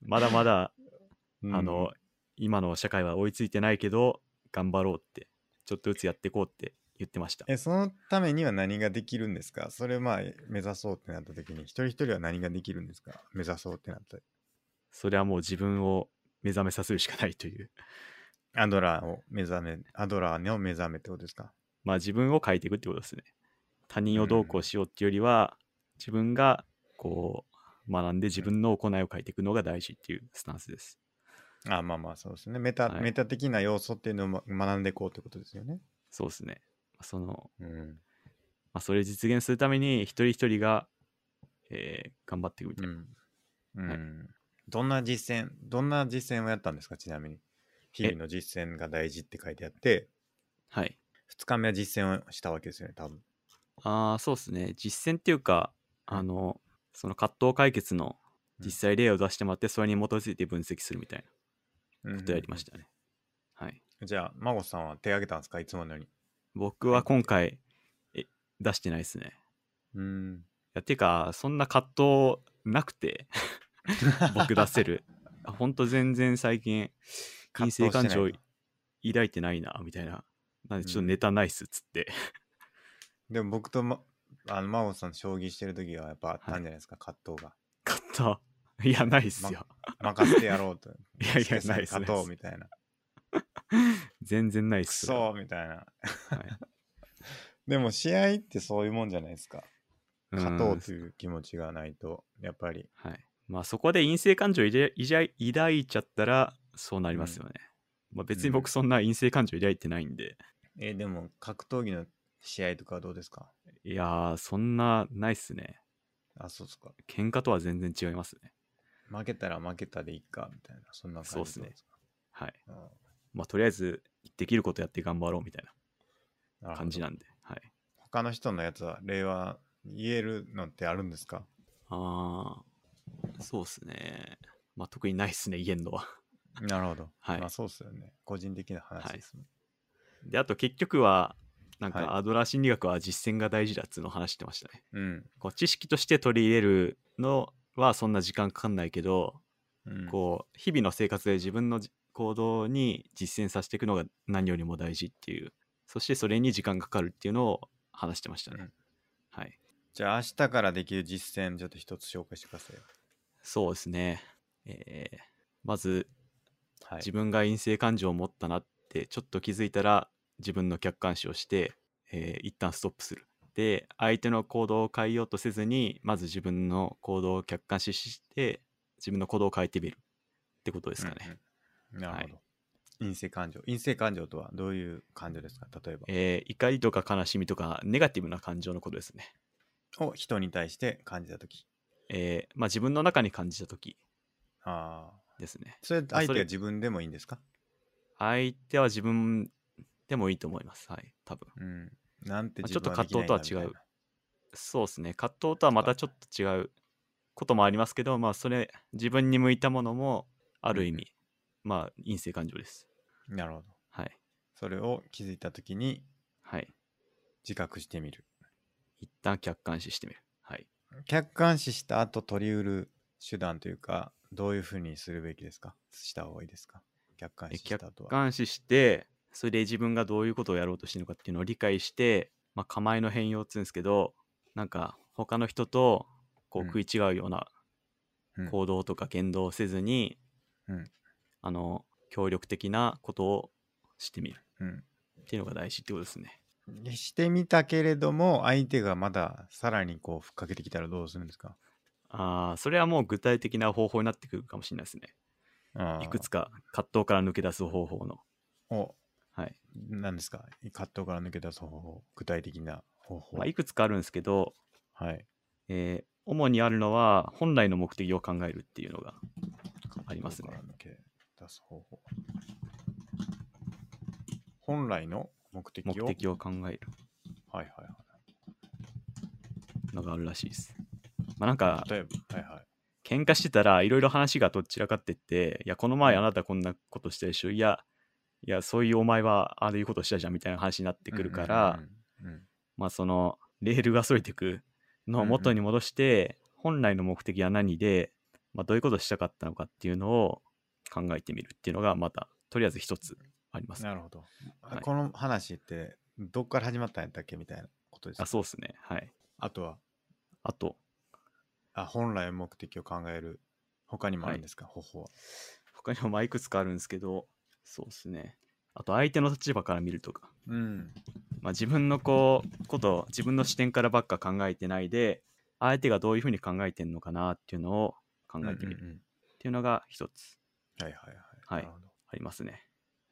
まだまだ、 (laughs) うんあの、今の社会は追いついてないけど、頑張ろうって、ちょっとずつやっていこうって言ってました。えそのためには何ができるんですかそれまあ目指そうってなった時に一人一人は何ができるんですか目指そうってなったそれはもう自分を目覚めさせるしかないという。 (laughs) アドラーを目覚めアドラーの目覚めってことですかまあ自分を変えていくってことですね。他人をどうこうしようっていうよりは、自分がこう学んで自分の行いを変えていくのが大事っていうスタンスです。あまあまあそうですねメタ、はいメタ的な要素っていうのをま学んでいこうってことですよね。そうですね。その、うん。まあ、それを実現するために一人一人が、えー頑張っていくみうたいな。ん。うはいん。どんな実践、どんな実践をやったんですかちなみに。日々の実践が大事って書いてあって、はい。 2日目は実践をしたわけですよね、多分。ああ、そうですね。実践っていうか、あの、その葛藤解決の実際例を出してもらって、それに基づいて分析するみたいうんなことをやりましたね。はい。じゃあ、孫さんは手挙げたんですかいつものように。僕は今回、え出してないですね。うん。いやてかそんな葛藤な (laughs) くて (laughs) 僕出せるあほんと全然最近陰性感情葛藤してないと抱いてないなみたいななんでちょうっんとネタないっすっつって、でも僕と、ま、あの孫さん将棋してる時はやっぱあったんじゃないですか、葛 (laughs) 藤が。買ったいやないっすよ、任せてやろうと。いいやいやないっす勝ねとうみたいな。全然ないっくすそーみたいな。それははい (laughs) でも試合ってそういうもんじゃないですか。うん勝とうという気持ちがないと、やっぱり。はいまあそこで陰性感情入れいじゃ抱いちゃったらそうなりますよね、まあ、別に僕そんな陰性感情抱いてないんで、えーでも格闘技の試合とかはどうですかいやーそんなないっすねあ、そうっすか。喧嘩とは全然違いますね負けたら負けたでいいか、みたいな。そんな感じそうっすねすはいね。まあ、とりあえずできることやって頑張ろうみたいうんな感じなるなんで、はい、ほど他の人のやつは、令和言えるのってあるんですかああそうっすねまあ特にないっすね言えんのはなるほど。はいまあそうっすよね。個人的な話ですもん。であと結局はなんはいかアドラー心理学は実践が大事だっつうのを話してましたねうん。こう知識として取り入れるのはそんな時間かかんないけど、うんこう日々の生活で自分のじ行動に実践させていくのが何よりも大事っていうそしてそれに時間かかるっていうのを話してましたね、うんはいじゃあ明日からできる実践、ちょっと一つ紹介してくださいよ。そうですねえーまずはい自。分が陰性感情を持ったなってちょっと気づいたら自分の客観視をして、えー一旦ストップするで相手の行動を変えようとせずにまず自分の行動を客観視して自分の行動を変えてみるってことですかね、うんうん。なるほど。は陰性感情。陰性感情とはどういう感情ですか例えば。えー怒りとか悲しみとかネガティブな感情のことですね、を人に対して感じたとき。えーまあ、自分の中に感じた時ああ。ですねそれあ相そ手れは自分でもいいんですか相手は自分でもいいと思いますはい多分うん。なんてまあ自分はできないんだちょっと葛藤とは違うみたいなそうですね葛藤とはまたちょっと違うこともありますけど、まあ、それ、自分に向いたものも、ある意味、まあ、陰性感情です。なるほど。はい。それを気づいた時にはい。自覚してみる。一旦客観視してみる。はい。客観視した後取り得る手段というか、どういうふうにするべきですかした方がいいですか客観視でした後客は。観視してそれで自分がどういうことをやろうとしてるのかっていうのを理解して、まあ、構えの変容っつうんですけどなんか他の人とこううん食い違うようなうん行動とか言動をせずに、うんあの協力的なことをしてみるうんっていうのが大事ってことですね。でしてみたけれども、相手がまださらにこう、ふっかけてきたらどうするんですかああそれはもう具体的な方法になってくるかもしれないですね。いくつか。か葛藤から抜け出す方法の。お、はい何ですか葛藤から抜け出す方法、具体的な方法。まあ、いくつかあるんですけど、はい。えー主にあるのは本来の目的を考えるっていうのがありますね葛藤から抜け出す方法。本来の目的目を。的を考えるはいはいはのがあるらしいです。まあなんかい。例えば、はいはい。喧嘩してたらいろいろ話がどっちらかってっていやこの前あなたこんなことしたでしょいやいやそういうお前はああいうことしたじゃんみたいな話になってくるかうら、んうんうんうん、まあそのレールがそれてくのを元に戻して、本来の目的は何で、まあ、どういうことしたかったのかっていうのを考えてみるっていうのがまたとりあえず一つあります、なるほど、あはいこの話ってどっから始まったんやったっけみたいなことですあかそうですねはいあとはあとあ本来の目的を考える他にもあるんですか、方法は他にもまあいくつかあるんですけどそうですねあと相手の立場から見るとか、うんまあ、自分のこうこと自分の視点からばっか考えてないで相手がどういうふうに考えてるのかなっていうのを考えてみうんるうんっていうのが一つうんはいはいはいはいなるほど、ありますね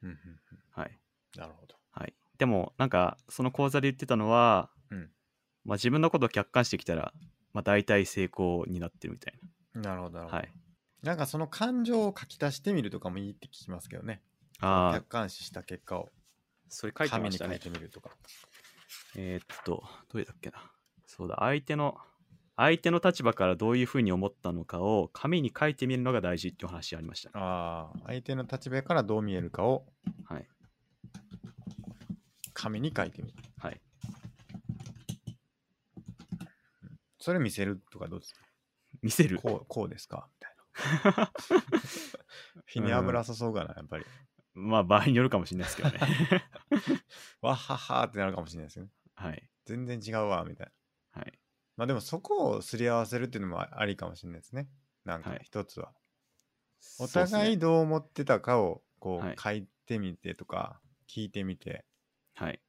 うんうんうん、はいなるほどはいでもなんかその講座で言ってたのは、うんまあ、自分のことを客観視してきたら、まあ、大体成功になってるみたいなるほどなるなほど、はいなんかその感情を書き足してみるとかもいいって聞きますけどねああ客観視した結果をそれ書いて紙まにし書たねいてみるとか、えーっと、どれだっけな。そうだ、相手の、相手の立場からどういうふうに思ったのかを紙に書いてみるのが大事っていう話ありましたね。ああ相手の立場からどう見えるかをはい。紙に書いてみるはい。それ見せるとかどうですか見せる。こうこうですかみたい (laughs) な。火に油注ぐかな、やっぱり。まあ、場合によるかもしれないです (laughs) けどね。わははってなるかもしれないですよね。はい。全然違うわ、みたいな。はい。まあでもそこをすり合わせるっていうのもあありかもしれないですね。なんかはい一つは。おそうっすね互いどう思ってたかをこはいう書いてみてとか聞いてみて、はい。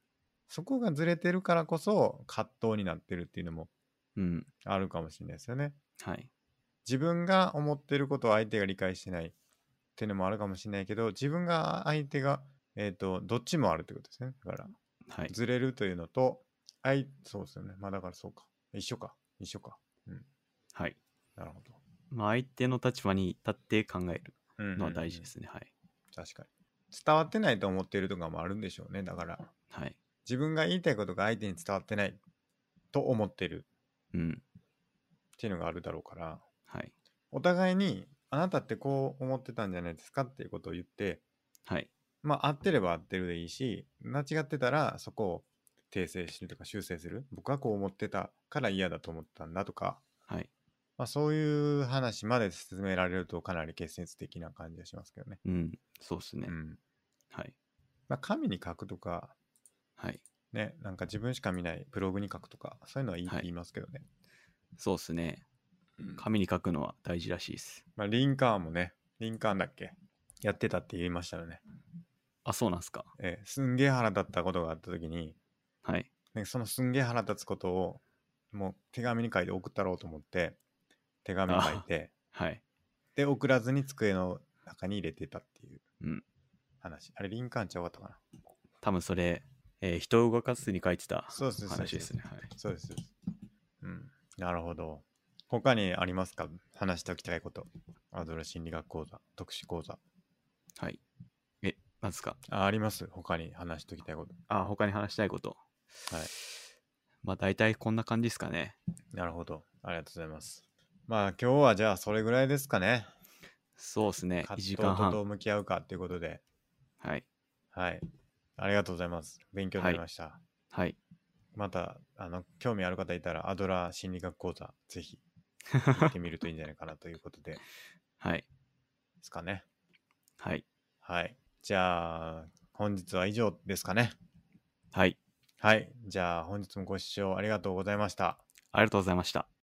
そこがずれてるからこそ葛藤になってるっていうのもうん。あるかもしれないですよね。はい。自分が思ってることを相手が理解してないっていうのもあるかもしれないけど自分が相手が、えー、とどっちもあるってことですねだからはい。ずれるというのと相そうですよねまあだからそうか一緒か一緒かはい。なるほど、まあ、相手の立場に立って考えるうんうんうんのは大事ですね。はい。確かに伝わってないと思っているとかもあるんでしょうねだからはい。自分が言いたいことが相手に伝わってないと思ってるうん。っていうのがあるだろうからはい。お互いにあなたってこう思ってたんじゃないですかっていうことを言ってはい。まあ合ってれば合ってるでいいし間違ってたらそこを訂正するとか修正する僕はこう思ってたから嫌だと思ったんだとか、はい。まあ、そういう話まで進められるとかなり建設的な感じがしますけどね。うん。そうっすねう。んはい。まあ、紙に書くとかはい。ねなんか自分しか見ないブログに書くとかそういうのはいいってはい言いますけどね。そうっすねうん。紙に書くのは大事らしいです。まあ、リンカーンもねリンカーンだっけやってたって言いましたよね。あ、そうなんすか。えーすんげえ腹立ったことがあった時に、はい。ね、そのすんげえ腹立つことをもう手紙に書いて送ったろうと思って手紙書いてはい。で送らずに机の中に入れてたっていううん話、あれリンカーンちゃうかったかな多分それ、えー人を動かすに書いてたそうそうそうそう話ですね。はい。そうですそうですうんなるほど他にありますか話しておきたいことアドラ心理学講座特殊講座はい、え、なんですかああります他に話しておきたいこあ、他に話したいこと。はい。まあ大体こんな感じですかね。となるほどありがとうございますまあ今日はじゃあそれぐらいですかね。そうですね。葛1藤時と間どう半。向き合うかということで、はい。はい。ありがとうございます。勉強になりました。はい。また、あの、興味ある方いたら、アドラー心理学講座、ぜ (laughs) ひ行ってみるといいんじゃないかなということで、ではい。すかね。はい。はい。じゃあ、本日は以上ですかね。はい。はい。じゃあ、本日もご視聴ありがとうございました。ありがとうございました。